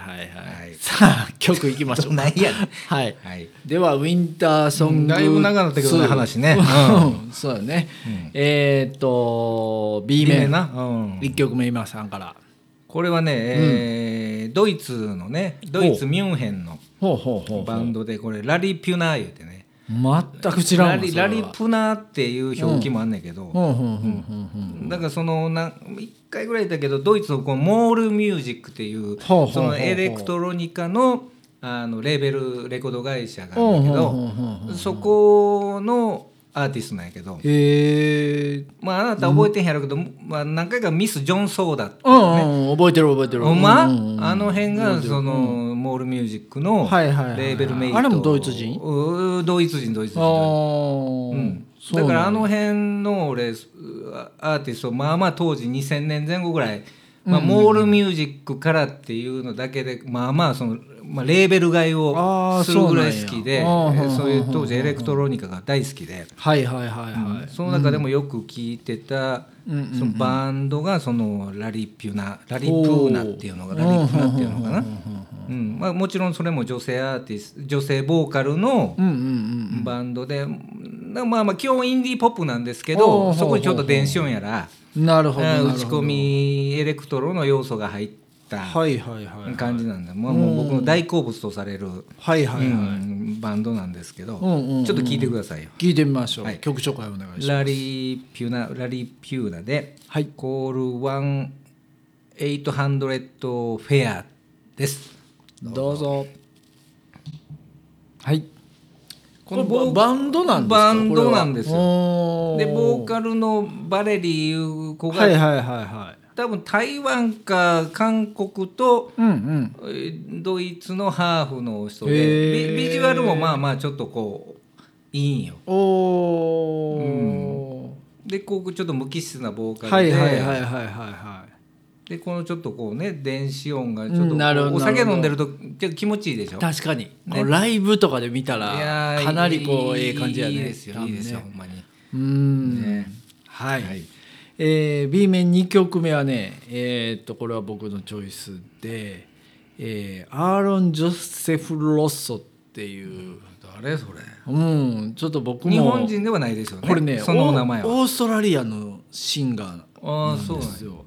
Speaker 1: さあ曲いきましょう
Speaker 2: ないやね
Speaker 1: はい
Speaker 2: はい、
Speaker 1: ではウィンターソング、
Speaker 2: うんだいぶ長なったけどね
Speaker 1: ツー
Speaker 2: 話ね
Speaker 1: うんそうだね、えーっと B
Speaker 2: い
Speaker 1: 面
Speaker 2: な、うん、
Speaker 1: 1曲目今さんから
Speaker 2: これはね、えードイツのねドイツミュンヘンの
Speaker 1: ほうほうほう
Speaker 2: バンドでこれラリ・ピュナー言うてね
Speaker 1: 全く知らんわ
Speaker 2: ラリ
Speaker 1: それは
Speaker 2: ラリ・プナーっていう表記もあんねんけど、
Speaker 1: ほうほうほうほうほう
Speaker 2: だからそのな1回ぐらいだけどドイツのこのモールミュージックってい
Speaker 1: ほうほ
Speaker 2: う
Speaker 1: うほうほう
Speaker 2: そのエレクトロニカのあのレーベルレコード会社があ
Speaker 1: ほう
Speaker 2: るん
Speaker 1: ほ
Speaker 2: だけ
Speaker 1: うほう
Speaker 2: ど
Speaker 1: ほうほう
Speaker 2: そこのアーティストなんやけど、
Speaker 1: へえ
Speaker 2: まあ、あなた覚えてへんやろうけど、まあ、何回かミス・ジョン・ソーダって
Speaker 1: う、
Speaker 2: いうん
Speaker 1: うん、覚えてる覚えてる
Speaker 2: ほんま、
Speaker 1: うんうんうん
Speaker 2: あの辺がその、モールミュージックの
Speaker 1: はいはいはい
Speaker 2: レーベルメイト
Speaker 1: あれもドイツ人
Speaker 2: うードイツ人ドイツ
Speaker 1: あ
Speaker 2: 人
Speaker 1: ー
Speaker 2: うん
Speaker 1: そう
Speaker 2: だ
Speaker 1: なん
Speaker 2: からあの辺の俺うアーティストまあまあ当時2000年前後ぐらい、まあ、モールミュージックからっていうのだけでまあまあその、まあ、レーベル買い
Speaker 1: あ
Speaker 2: を
Speaker 1: ー
Speaker 2: するぐらい好きでえ
Speaker 1: そうなんやあー
Speaker 2: ーそういう当時エレクトロニカが大好きで
Speaker 1: はいはいはいはい、
Speaker 2: その中でもよく聴いてた、
Speaker 1: うんうんうん
Speaker 2: そのバンドがそのラリピュナラリプーナっていうのがラリプーナっていうのかな、うんまあ、もちろんそれも女性アーティスト女性ボーカルの、
Speaker 1: うんうんうん
Speaker 2: バンドで、うんまあまあ基本インディーポップなんですけ
Speaker 1: おうおうおうお
Speaker 2: ど
Speaker 1: う
Speaker 2: そこにちょっと電子音やら
Speaker 1: うんなる
Speaker 2: 打
Speaker 1: ほどなるほど
Speaker 2: ち込みエレクトロの要素が入った
Speaker 1: はいはいはい
Speaker 2: 感じなんで、まあ、もう僕の大好物とされる、
Speaker 1: はいはいはい、
Speaker 2: うんバンドなんですけど、
Speaker 1: うんうんうん
Speaker 2: ちょっと聞いてくださいよ。
Speaker 1: 聞いてみましょう、
Speaker 2: はい
Speaker 1: 曲紹介お願いします
Speaker 2: ラリーピュナラリーピューナで「
Speaker 1: はい
Speaker 2: コールワンエイトハンドレッドフェア」です。
Speaker 1: どうぞはいこの
Speaker 2: これ
Speaker 1: ボバンドなんですか
Speaker 2: バンドなんですよ
Speaker 1: よ
Speaker 2: でボー
Speaker 1: ル
Speaker 2: カルのバレリーいう子
Speaker 1: は
Speaker 2: が
Speaker 1: いはいはいはい
Speaker 2: 多分台湾か韓国と
Speaker 1: うんうん
Speaker 2: えードイツのハーフの人
Speaker 1: へ
Speaker 2: で
Speaker 1: ー
Speaker 2: ビビジュアルもまあまあちょっとこういいんよ
Speaker 1: おお、
Speaker 2: でこうちょっと無機質なボーカ
Speaker 1: はい
Speaker 2: ルで,、
Speaker 1: はいはいはいはいは
Speaker 2: でこのちょっとこうね電子音がちょっとこう
Speaker 1: うんなるほど
Speaker 2: お酒
Speaker 1: なるほど
Speaker 2: 飲んでるとちょっと気持ちいいでしょ
Speaker 1: い確かに、
Speaker 2: ね
Speaker 1: こうライブとかで見た
Speaker 2: いや
Speaker 1: ら
Speaker 2: ー
Speaker 1: かなりこう
Speaker 2: いい
Speaker 1: ええ感じやね
Speaker 2: いいですよいいですよ
Speaker 1: 多
Speaker 2: ほ
Speaker 1: 分ね
Speaker 2: んまに、
Speaker 1: うーん
Speaker 2: ね
Speaker 1: はい、
Speaker 2: はい
Speaker 1: えー B 面2曲目はねえーっとこれは僕のチョイスで、えーアーロン・ジョセフ・ロッソっていう、
Speaker 2: 誰それ
Speaker 1: うん、ちょっと僕も
Speaker 2: 日本人ではないですよね
Speaker 1: これね
Speaker 2: そのお名前は
Speaker 1: オーストラリアのシンガー
Speaker 2: あ
Speaker 1: な
Speaker 2: あ
Speaker 1: ん
Speaker 2: そう
Speaker 1: で
Speaker 2: なん
Speaker 1: すよ。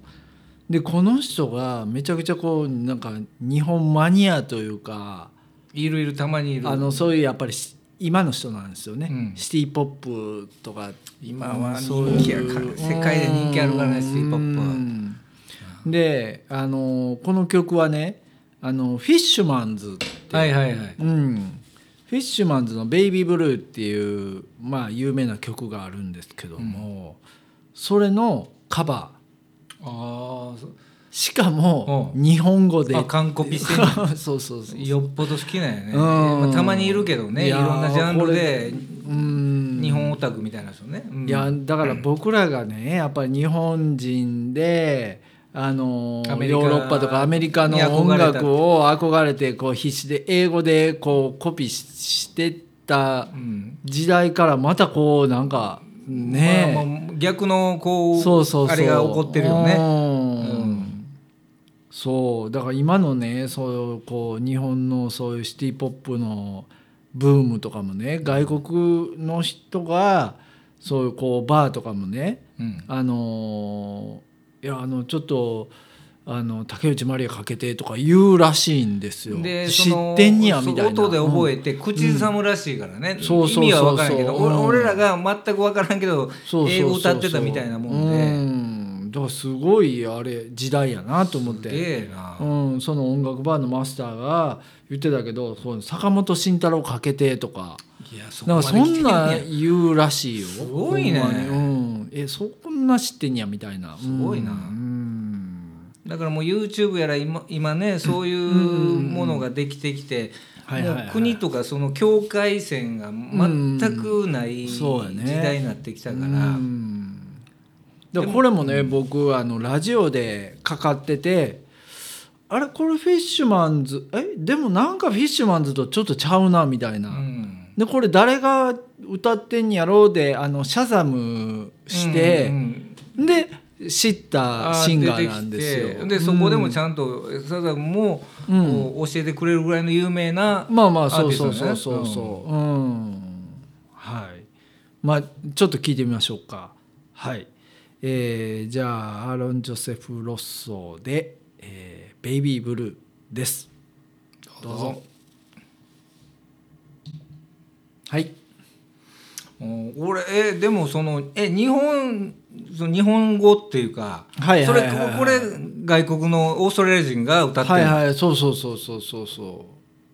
Speaker 1: でこの人がめちゃくちゃこうなんか日本マニアというか
Speaker 2: いるいるたまにいる
Speaker 1: あのそういうやっぱりし今の人なんですよね、
Speaker 2: うん
Speaker 1: シティ・ポップとか
Speaker 2: 今は
Speaker 1: そういう
Speaker 2: 人気やから世界で人気あるからねシティ・ポップは。
Speaker 1: うんであのこの曲はねあのフィッシュマンズって、
Speaker 2: はいはいはい。
Speaker 1: うん、フィッシュマンズの「ベイビーブルー」っていう、まあ、有名な曲があるんですけども、それのカバー
Speaker 2: ああ、
Speaker 1: しかも
Speaker 2: う
Speaker 1: 日本語で
Speaker 2: あ完コピしてん ね
Speaker 1: そうそうそう
Speaker 2: よっぽど好きなんやね、
Speaker 1: うん
Speaker 2: まあ、たまにいるけどねい
Speaker 1: やー
Speaker 2: ろんなジャンルで
Speaker 1: これうん
Speaker 2: 日本オタクみたいな人ね、うん
Speaker 1: いやだから僕らがねやっぱり日本人であの
Speaker 2: アメリカ
Speaker 1: ヨーロッパとかアメリカの
Speaker 2: に憧
Speaker 1: 音
Speaker 2: れた
Speaker 1: 楽を憧れてこう必死で英語でこうコピーししてった
Speaker 2: うん
Speaker 1: 時代からまたこうなんかね、
Speaker 2: まあまあ逆のこう
Speaker 1: そうそうそう
Speaker 2: あれが起こってるよ
Speaker 1: う
Speaker 2: ね
Speaker 1: ん
Speaker 2: うん
Speaker 1: そうだから今のねそうこう日本のそういうシティ・ポップのブームとかもね外国の人がそういうこうバーとかもね
Speaker 2: うん
Speaker 1: あのーいやあのちょっとあの竹内まりやかけてとか言うらしいんですよ
Speaker 2: で
Speaker 1: 知
Speaker 2: その
Speaker 1: ってんにやみたいな
Speaker 2: そう音で覚え
Speaker 1: うん
Speaker 2: て口ずさむらしいからね、
Speaker 1: そうそうそう
Speaker 2: 意
Speaker 1: そう
Speaker 2: 味は分からんけど、俺
Speaker 1: うん
Speaker 2: 俺らが全く分からんけど
Speaker 1: そうそうそうそう
Speaker 2: 英語歌ってたみたいなもんで
Speaker 1: うんだからすごいあれ時代やなと思って
Speaker 2: すげえな、
Speaker 1: うん、その音楽バーのマスターが言ってたけどそう坂本慎太郎かけてとか
Speaker 2: いやそこ
Speaker 1: なん
Speaker 2: ま
Speaker 1: かそ
Speaker 2: で来て
Speaker 1: ん
Speaker 2: んね
Speaker 1: な
Speaker 2: や
Speaker 1: 言うらしいよ
Speaker 2: すごいね
Speaker 1: ほんまにうん、えそんな知ってんやみたいな
Speaker 2: すごいな
Speaker 1: うん
Speaker 2: だからもう YouTube やら今今ねそういうものができてきて、
Speaker 1: はいはいはい
Speaker 2: もう国とかその境界線が全くない
Speaker 1: ん
Speaker 2: 時
Speaker 1: そうやね
Speaker 2: 代になってきたから、
Speaker 1: うんだからこれもね僕あのラジオでかかっててあれこれフィッシュマンズえでもなんかフィッシュマンズとちょっとちゃうなみたいな、
Speaker 2: うん
Speaker 1: でこれ誰が歌ってんやろうであのシャザムして、
Speaker 2: うんうん
Speaker 1: で知った
Speaker 2: あー
Speaker 1: シンガーなんです
Speaker 2: 出てき
Speaker 1: よ。
Speaker 2: てでそこでもちゃんとサザンも、
Speaker 1: うん
Speaker 2: こう教えてくれるぐらいの有名な
Speaker 1: うん、まあまあ
Speaker 2: アー
Speaker 1: そう
Speaker 2: ティスト
Speaker 1: そ
Speaker 2: ね
Speaker 1: うそうそうそう。うん、はい。まあちょっと聞いてみましょうか。はい。えー、じゃあアーロン・ジョセフ・ロッソーで、えーベイビー・ブルー」です。どうぞ。はい。
Speaker 2: うん俺えでもそのえ日本その日本語っていうか、
Speaker 1: はいはいはいはい
Speaker 2: それここれ外国のオーストラリア人が歌ってる
Speaker 1: はいはいそうそうそうそうそうそ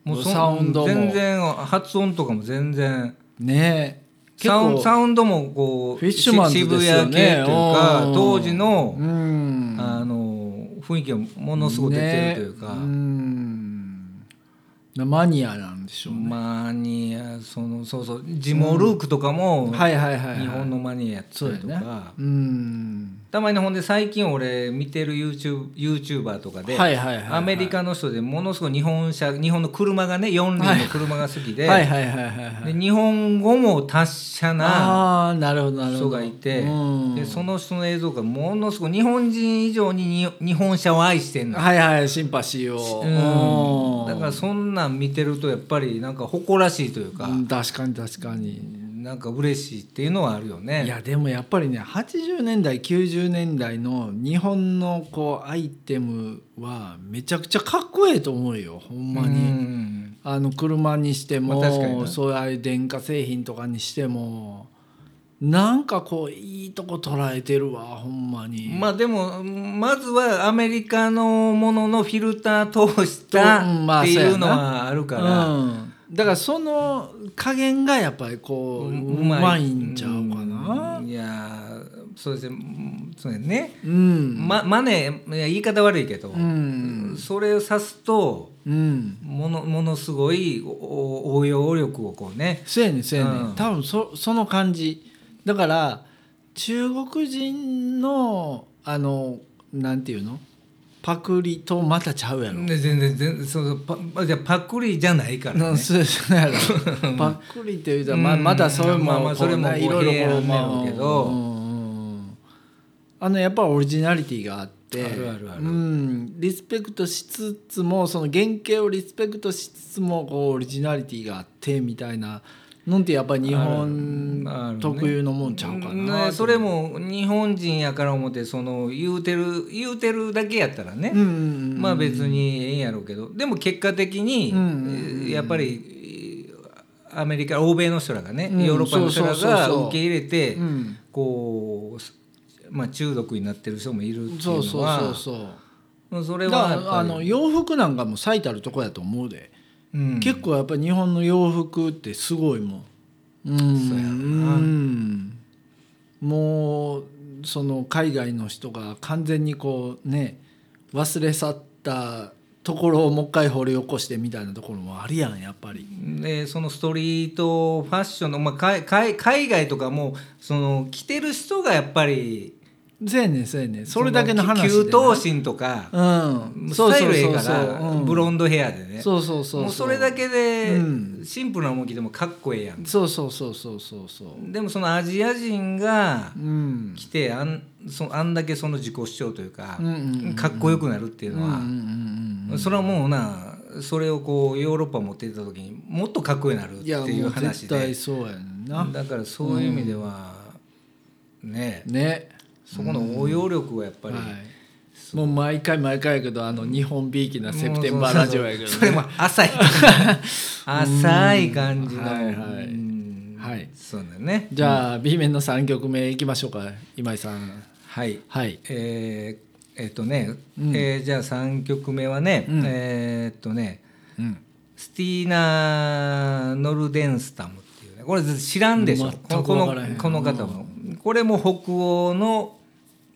Speaker 1: う
Speaker 2: もうそ
Speaker 1: サウンドも
Speaker 2: 全然発音とかも全然
Speaker 1: ね結
Speaker 2: サウ
Speaker 1: 構
Speaker 2: ンサウンドもこう
Speaker 1: フィッシュマンズ
Speaker 2: し
Speaker 1: ですよね
Speaker 2: 渋谷系というか
Speaker 1: うん
Speaker 2: 当時の、
Speaker 1: うん
Speaker 2: あの雰囲気がものすごく出てるというか、
Speaker 1: ねうんマニアなんでしょうね、
Speaker 2: マニアそのそうそうジモルークとかも、
Speaker 1: はいはいはい、はい、
Speaker 2: 日本のマニアやってた
Speaker 1: そう
Speaker 2: り
Speaker 1: だ
Speaker 2: と
Speaker 1: よね
Speaker 2: か、
Speaker 1: うん
Speaker 2: たまにほんで最近俺見てる YouTube YouTuber とかで、
Speaker 1: はいはいはいはい
Speaker 2: アメリカの人でものすごい日本車日本の車がね4輪の車が好きで,、
Speaker 1: はいはいはいはいはい
Speaker 2: で日本語も達者な
Speaker 1: ああーなるほどなるほど
Speaker 2: 人がいて、
Speaker 1: うん、
Speaker 2: でその人の映像がものすごい日本人以上にに日本車を愛してんの、
Speaker 1: はいはいシンパシーを
Speaker 2: うんだからそんなん見てるとやっぱりなんか誇らしいというか、
Speaker 1: うん確かに確かに、
Speaker 2: なんか嬉しいっていうのはあるよね。
Speaker 1: いやでもやっぱりね80年代90年代の日本のこうアイテムはめちゃくちゃかっこええと思うよほんまに。
Speaker 2: うん
Speaker 1: あの車にしても、
Speaker 2: まあ確かにな
Speaker 1: そういうああいう電化製品とかにしてもなんかこういいとこ捉えてるわほんまに。
Speaker 2: まあでもまずはアメリカのもののフィルター通した
Speaker 1: とうんまあ
Speaker 2: っていう
Speaker 1: そ
Speaker 2: の
Speaker 1: うや
Speaker 2: はあるから、
Speaker 1: うん、だからその加減がやっぱりこううまいんちゃうかな
Speaker 2: う。んいやーそうですねうんそうですね、
Speaker 1: うん。
Speaker 2: ま、マネーいや言い方悪いけど、
Speaker 1: うん。
Speaker 2: それを指すと
Speaker 1: うん。
Speaker 2: ものものすごいおお応用力をこうね
Speaker 1: せやねんせやねん、
Speaker 2: うん
Speaker 1: 多分そその感じだから中国人のあのなんていうのパクリとまたちゃうやろ、
Speaker 2: で全然全そうそうパじゃあパクリじゃないから
Speaker 1: なん
Speaker 2: ね。
Speaker 1: そうそうやろパクリというとまあ
Speaker 2: うん
Speaker 1: まだそれも
Speaker 2: まあまあ
Speaker 1: こう
Speaker 2: それも
Speaker 1: な
Speaker 2: こう
Speaker 1: いろいろ
Speaker 2: 平
Speaker 1: こ
Speaker 2: 安
Speaker 1: うまあ
Speaker 2: やろうけど
Speaker 1: うんうんうんあのやっぱオリジナリティがあって
Speaker 2: あるあるある
Speaker 1: うん、リスペクトしつつもその原型をリスペクトしつつもこうオリジナリティがあってみたいなのってやっぱり日
Speaker 2: ある
Speaker 1: 本
Speaker 2: ね
Speaker 1: 特有のもんちゃうかな、
Speaker 2: ねそれも日本人やから思ってその言うてる言うてるだけやったらね、
Speaker 1: うんうんうん
Speaker 2: まあ別にええんやろうけどでも結果的に、
Speaker 1: うんうんうん
Speaker 2: えーやっぱりえーアメリカ欧米の人らがね、
Speaker 1: うん
Speaker 2: ヨーロッパの人ら
Speaker 1: そうそう
Speaker 2: が
Speaker 1: そうそう
Speaker 2: 受け入れて
Speaker 1: うん
Speaker 2: こう、まあ、中毒になってる人もいるっていうの
Speaker 1: そうそう
Speaker 2: は
Speaker 1: そうそう
Speaker 2: そうそれ
Speaker 1: だ
Speaker 2: は
Speaker 1: か
Speaker 2: やっぱり
Speaker 1: らあの洋服なんかも最たるとこやと思うで。
Speaker 2: うん
Speaker 1: 結構やっぱ日本の洋服ってすごいもんうん
Speaker 2: そうやろな
Speaker 1: うんもうその海外の人が完全にこうね忘れ去ったところをもう一回掘り起こしてみたいなところもあるやんやっぱり
Speaker 2: でそのストリートファッションの、まあ、海海海外とかもその着てる人がやっぱり
Speaker 1: そうやねんそうやねんそれだけの話で
Speaker 2: そ
Speaker 1: な
Speaker 2: の給湯心とか、
Speaker 1: うん
Speaker 2: スタイルええか
Speaker 1: そうそうそう
Speaker 2: ら、
Speaker 1: そううん
Speaker 2: ブロンドヘアでね
Speaker 1: そうそうそう
Speaker 2: もうそれだけで、
Speaker 1: うん
Speaker 2: シンプルなもん着てもかっこええやん
Speaker 1: そうそうそうそうそうそう
Speaker 2: でもそのアジア人が
Speaker 1: うん
Speaker 2: 来てあんそあんだけその自己主張というか、
Speaker 1: うんうんうんうん
Speaker 2: かっこよくなるっていうのは、
Speaker 1: うんうんうん
Speaker 2: それはもうなそれをこうヨーロッパ持っていった時にもっとかっこよくなるっ
Speaker 1: うん
Speaker 2: て
Speaker 1: いやも
Speaker 2: いう
Speaker 1: う
Speaker 2: 話
Speaker 1: 絶
Speaker 2: で
Speaker 1: 対そうやねんな
Speaker 2: だからそういう意味では、ね
Speaker 1: ね
Speaker 2: そこの応用力はやっぱり、
Speaker 1: はい、もう毎回毎回やけどあの日本びいきなセプテンバーラジオやけど、ね、
Speaker 2: それも 浅い浅い感じの、
Speaker 1: はいはい
Speaker 2: うん
Speaker 1: はい
Speaker 2: そうだね
Speaker 1: じゃあ B 面の3曲目いきましょうか今井さん
Speaker 2: はい
Speaker 1: はい
Speaker 2: えーえっとね、
Speaker 1: うん
Speaker 2: えーじゃあ3曲目はね、
Speaker 1: うん
Speaker 2: えーっとね
Speaker 1: うん
Speaker 2: スティーナ・ノルデンスタムっていうねこれ知らんでしょこ
Speaker 1: 全
Speaker 2: の
Speaker 1: く
Speaker 2: こ
Speaker 1: わからへん
Speaker 2: のこの方も、これも北欧の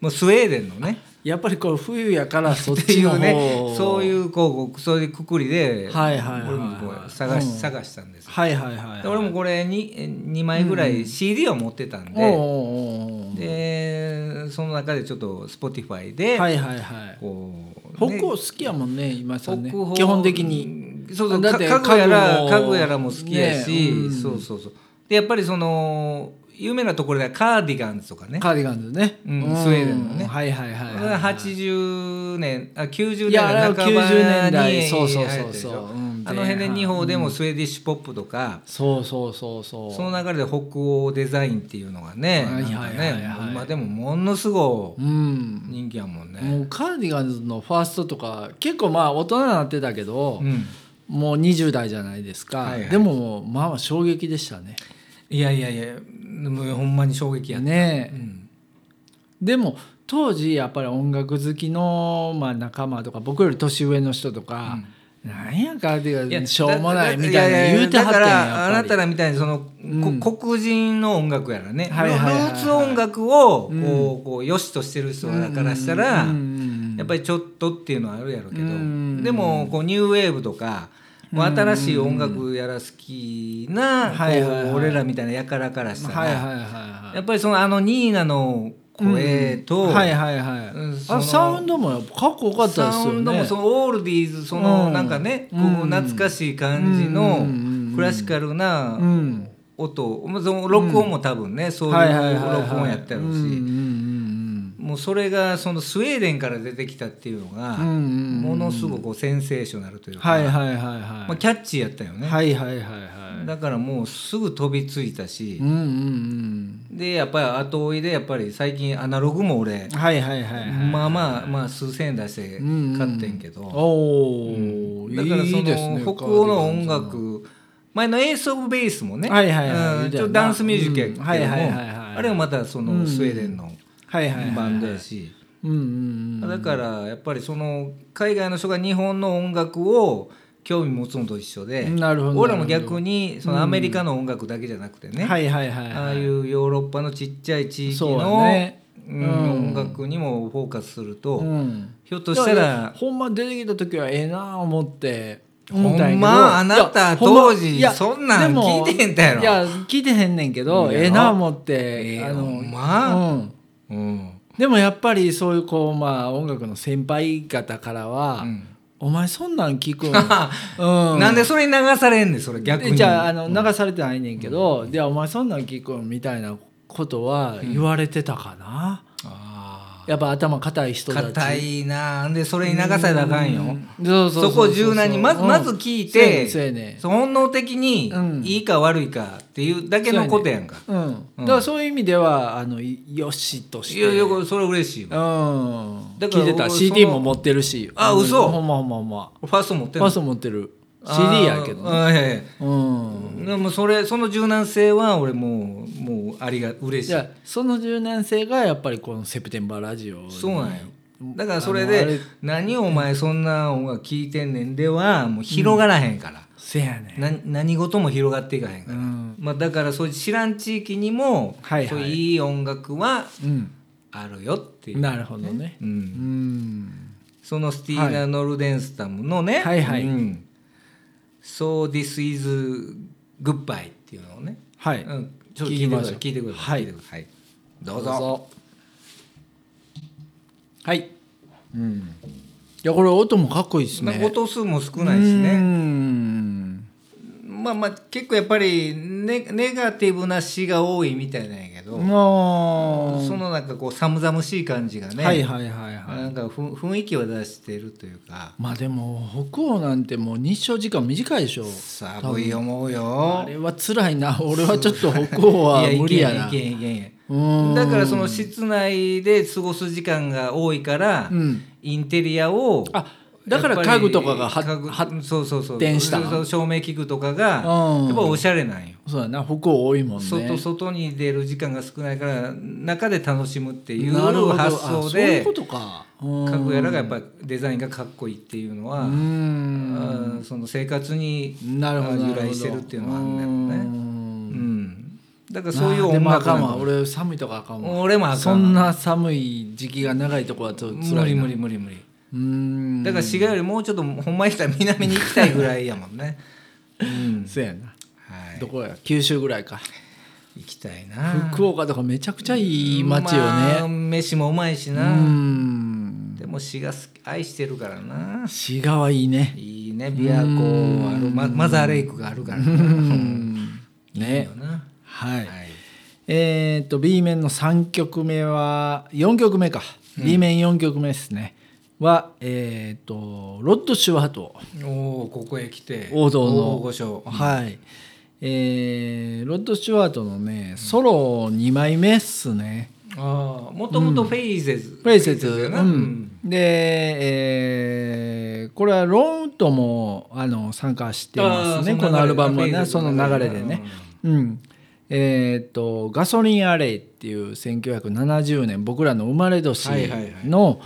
Speaker 2: もうスウェーデンの ね
Speaker 1: やっぱりこれ冬やからそっ
Speaker 2: って
Speaker 1: ち
Speaker 2: い
Speaker 1: の方
Speaker 2: うねそういううこうそういうくくりで
Speaker 1: はいはいはいはい
Speaker 2: 俺もこう探し
Speaker 1: うん
Speaker 2: 探したんです
Speaker 1: はいはいはい、はい、
Speaker 2: で俺もこれにえ2枚ぐらい CD を持ってたん
Speaker 1: おう
Speaker 2: で
Speaker 1: おうおうおう
Speaker 2: でその中でちょっと Spotify で
Speaker 1: はいはいはい
Speaker 2: こう
Speaker 1: 北欧
Speaker 2: ね
Speaker 1: 好きやもんね今井さんね
Speaker 2: 北欧
Speaker 1: 基本的に
Speaker 2: そうそう
Speaker 1: だ
Speaker 2: か
Speaker 1: って
Speaker 2: 家具
Speaker 1: 家
Speaker 2: や
Speaker 1: 具
Speaker 2: ら
Speaker 1: も
Speaker 2: 家具やらも好きやし
Speaker 1: ねうん
Speaker 2: そうそうそうでやっぱりその有名なところではカーディガンズとかね
Speaker 1: カーディガンズね、
Speaker 2: うんスウェーデンのね
Speaker 1: はいはいはい、はいはい、
Speaker 2: 80年あ90
Speaker 1: い
Speaker 2: 年
Speaker 1: やあれは
Speaker 2: 代半ばに
Speaker 1: 90年代
Speaker 2: 流行
Speaker 1: そうそう
Speaker 2: った
Speaker 1: そう
Speaker 2: でし
Speaker 1: そう
Speaker 2: ょ
Speaker 1: うん
Speaker 2: あの辺で日本でもスウェーディッシュポップとか、
Speaker 1: そうそうそうそう
Speaker 2: その流れで北欧デザインっていうのがね
Speaker 1: はい
Speaker 2: なんか
Speaker 1: はいはい
Speaker 2: ね
Speaker 1: はい
Speaker 2: 今でもものすご
Speaker 1: う
Speaker 2: い
Speaker 1: ん
Speaker 2: 人気やもんね。
Speaker 1: もうカーディガンズのファーストとか結構まあ大人になってたけど、
Speaker 2: うん
Speaker 1: もう20代じゃないですか、
Speaker 2: はいはい
Speaker 1: でももうまあ衝撃でしたね
Speaker 2: いやいやいやもうほんまに衝撃やね。
Speaker 1: ね
Speaker 2: う
Speaker 1: え、
Speaker 2: ん
Speaker 1: でも当時やっぱり音楽好きのまあ仲間とか僕より年上の人とか、なんやカーディガンズ
Speaker 2: いや
Speaker 1: しょうもないみたい
Speaker 2: やや
Speaker 1: な言うてはったん
Speaker 2: だ
Speaker 1: や
Speaker 2: から
Speaker 1: や
Speaker 2: あ
Speaker 1: っ
Speaker 2: な
Speaker 1: ぱ
Speaker 2: た
Speaker 1: り
Speaker 2: らみたいにその、こ
Speaker 1: うん
Speaker 2: 黒人の音楽やらね、
Speaker 1: はいはいはいはい
Speaker 2: ルーツ音楽をこう、
Speaker 1: うん
Speaker 2: こう良しとしてる人らからしたら、
Speaker 1: うんうんうん
Speaker 2: やっぱりちょっとっていうのはあるやろうけど、
Speaker 1: うん
Speaker 2: でもこうニューウェーブとか、もう新しい音楽やら好きな、こう
Speaker 1: はいはいはい
Speaker 2: 俺らみたいなやからからしたら、
Speaker 1: はいはいはいはい
Speaker 2: やっぱりそのあのニーナの声と、
Speaker 1: うんはいはいはい、
Speaker 2: うんそ
Speaker 1: あ
Speaker 2: の
Speaker 1: サウンドもやっぱかっこよかったですよね
Speaker 2: サウンドもそのオールディーズその
Speaker 1: うん
Speaker 2: なんかね、
Speaker 1: うん
Speaker 2: こう懐かしい感じ
Speaker 1: うん
Speaker 2: の
Speaker 1: うんうんうん
Speaker 2: クラシカルな
Speaker 1: うん
Speaker 2: 音、まあその録音も多分ね、そういう
Speaker 1: はいはいはいはい
Speaker 2: 録音やったやろうし、
Speaker 1: うんうん
Speaker 2: もうそれがそのスウェーデンから出てきたっていうのが、
Speaker 1: うんうんうんうん
Speaker 2: ものすごくこうセンセーショナルというか、
Speaker 1: はいはいはいはい、
Speaker 2: まあ、キャッチーやったよね、
Speaker 1: はいはいはいはい
Speaker 2: だからもうすぐ飛びついたし
Speaker 1: う、んうん
Speaker 2: でやっぱり後追いでやっぱり最近アナログも俺
Speaker 1: うん、はいはいはいはい
Speaker 2: まあまあまあ数千円出して買ってんけど、
Speaker 1: おお、
Speaker 2: だからそ
Speaker 1: いいですね
Speaker 2: の北欧の音楽前のエース・オブ・ベースもね
Speaker 1: はいはいはい
Speaker 2: うん
Speaker 1: いいだよな
Speaker 2: ちょっとダンスミュージックやけ
Speaker 1: う
Speaker 2: ど
Speaker 1: ん
Speaker 2: も
Speaker 1: はいはいはいはい
Speaker 2: あれもまたそのスウェーデンの
Speaker 1: はいはいはい
Speaker 2: バンドやし
Speaker 1: うんうんうん
Speaker 2: だからやっぱりその海外の人が日本の音楽を興味持つのと一緒で
Speaker 1: なるほど
Speaker 2: 俺らも逆にそのアメリカの音楽だけじゃなくてね
Speaker 1: はいはいはい
Speaker 2: ああいううヨーロッパのちっちゃい地域
Speaker 1: そうだ
Speaker 2: の
Speaker 1: ね
Speaker 2: うん
Speaker 1: うん
Speaker 2: 音楽にもフォーカスすると
Speaker 1: ん
Speaker 2: ひょっとした
Speaker 1: いや
Speaker 2: ら
Speaker 1: ほんま出てきた時はええなあ思って
Speaker 2: ほん
Speaker 1: 思ったんやけど
Speaker 2: まあなた
Speaker 1: いやほんま
Speaker 2: 当時
Speaker 1: いや
Speaker 2: そんなん
Speaker 1: でも
Speaker 2: 聞いてへんたやろ
Speaker 1: いや聞いてへんねんけど
Speaker 2: いいやろ
Speaker 1: ええなあ思って、
Speaker 2: ええ
Speaker 1: あ
Speaker 2: ほ
Speaker 1: の
Speaker 2: んま
Speaker 1: うん
Speaker 2: うん
Speaker 1: でもやっぱりそういうこうまあ音楽の先輩方からは、
Speaker 2: うん
Speaker 1: お前そんなん聞 くん、う
Speaker 2: なんでそれに流されんねんそれ逆
Speaker 1: で
Speaker 2: に
Speaker 1: じゃああの流されてないねんけど、でお前そんなん聞くんみたいなことは言われてたかな、
Speaker 2: あ
Speaker 1: やっぱ頭固い人
Speaker 2: ー
Speaker 1: たち
Speaker 2: 硬いなでそれに流されたらあかんよ
Speaker 1: そうそう
Speaker 2: そこを柔軟にまずまず聞いて
Speaker 1: そうやね
Speaker 2: そう本能的に
Speaker 1: うん
Speaker 2: いいか悪いかっていうだけのことやんか
Speaker 1: そうやねうん、だからそういう意味ではあのいよしとして
Speaker 2: いやいやこれそれ嬉しい
Speaker 1: うん
Speaker 2: わだから
Speaker 1: 聞いてた
Speaker 2: 僕
Speaker 1: CD
Speaker 2: その
Speaker 1: も持ってるし
Speaker 2: あ嘘
Speaker 1: ほんまほんまほんま
Speaker 2: ファースト持ってん
Speaker 1: ファ
Speaker 2: の
Speaker 1: ースト持ってる CD やけどね
Speaker 2: あーあーいやいや
Speaker 1: うん
Speaker 2: でもそれその柔軟性は俺もうもうありが嬉し
Speaker 1: じ
Speaker 2: い
Speaker 1: ゃあその柔軟性がやっぱりこの「セプテンバーラジオ」
Speaker 2: そうなんよだからそれ
Speaker 1: あのあれ
Speaker 2: で「何お前そんな音楽聴いてんねん」ではもう広がらへんから、
Speaker 1: せやねん
Speaker 2: な何事も広がっていかへんから、
Speaker 1: うん
Speaker 2: まあ、だからそういう知らん地域にも、
Speaker 1: はいはい
Speaker 2: そういういい音楽は
Speaker 1: うん
Speaker 2: あるよっていう、
Speaker 1: なるほどね
Speaker 2: う、
Speaker 1: うんん
Speaker 2: そのスティーナ・ノルデンスタムのね「
Speaker 1: はいはい
Speaker 2: うん、So This Is Goodbye」っていうのをね、
Speaker 1: はい、
Speaker 2: うん、ちょっと聞いてください聞いてください、
Speaker 1: はい
Speaker 2: 聞いてくださいどうぞ
Speaker 1: はいい
Speaker 2: うん
Speaker 1: やこれ音もかっこいいですね
Speaker 2: 音数も少ないしね
Speaker 1: うーん
Speaker 2: まあまあ結構やっぱりネネガティブな詩が多いみたいなんやけど、
Speaker 1: あー
Speaker 2: そのなんかこう寒々しい感じがね、
Speaker 1: はいはいはいはい、
Speaker 2: なんかふ雰囲気を出してるというか
Speaker 1: まあでも北欧なんてもう日照時間短いでしょ
Speaker 2: 寒い思う
Speaker 1: あ
Speaker 2: よ
Speaker 1: れは辛いな俺はちょっと北欧は無理やない
Speaker 2: けんいけんいけんいけ
Speaker 1: う
Speaker 2: ん
Speaker 1: ーん
Speaker 2: だからその室内で過ごす時間が多いから、
Speaker 1: うん
Speaker 2: インテリアを
Speaker 1: あだから家具とかがは
Speaker 2: やっぱり家具
Speaker 1: 発
Speaker 2: そうそうそう
Speaker 1: 展したの
Speaker 2: そう照明器具とかが、
Speaker 1: うん
Speaker 2: やっぱおしゃれなんよ
Speaker 1: そうだな北欧多いもんね
Speaker 2: 外外に出る時間が少ないから中で楽しむっていう
Speaker 1: なるほどあ
Speaker 2: 発想
Speaker 1: そういう
Speaker 2: で
Speaker 1: ことか
Speaker 2: 家
Speaker 1: 家
Speaker 2: 具やらがやっぱデザインがかっこいいっていうのは、
Speaker 1: うーん
Speaker 2: うんその生活に
Speaker 1: なるほどなるほど
Speaker 2: 由来してるっていうのはあるんだよね
Speaker 1: うー
Speaker 2: うんんだからそうい
Speaker 1: あ
Speaker 2: う
Speaker 1: ーで
Speaker 2: 音
Speaker 1: もあ
Speaker 2: 楽
Speaker 1: か
Speaker 2: なんん
Speaker 1: わ
Speaker 2: だ
Speaker 1: 俺寒いとかあかんわ
Speaker 2: 俺もあかん
Speaker 1: そんな寒い時期が長いとこはちょっと辛いな
Speaker 2: 無理無理無理無理
Speaker 1: うーん
Speaker 2: だから滋賀よりもうちょっとほんまにしたら南に行きたいぐらいやもんねうん
Speaker 1: そうやな
Speaker 2: はい
Speaker 1: どこや九州ぐらいか
Speaker 2: 行きたいな
Speaker 1: 福岡とかめちゃくちゃいい街よ
Speaker 2: ま
Speaker 1: ね
Speaker 2: あ飯もうまいし
Speaker 1: うー
Speaker 2: な、
Speaker 1: ん
Speaker 2: でも滋賀好き愛してるからな
Speaker 1: 滋賀はいいね
Speaker 2: いいね琵琶湖あるママザーレイクがあるからな
Speaker 1: うん
Speaker 2: いい
Speaker 1: ね
Speaker 2: よな
Speaker 1: はい
Speaker 2: はい
Speaker 1: えー、と B 面の3曲目は4曲目か、B 面4曲目ですねはえっ、とロッド・シュワート、
Speaker 2: おおここへ来て
Speaker 1: 王道の
Speaker 2: 大御所
Speaker 1: はいえーロッド・シュワートのねソロ2枚目っすね、
Speaker 2: ああもともとフェイゼズ、
Speaker 1: プレイセズ、
Speaker 2: や
Speaker 1: う
Speaker 2: な、うん
Speaker 1: ん、で、えーこれはローンともあの参加してます
Speaker 2: あ
Speaker 1: ね
Speaker 2: ー
Speaker 1: こ
Speaker 2: その流れ
Speaker 1: のアルバムは
Speaker 2: フェイ
Speaker 1: ね
Speaker 2: ズ
Speaker 1: その流れでね、うんえー、とガソリンアレイっていう1970年僕らの生まれ年の、
Speaker 2: はいはいはい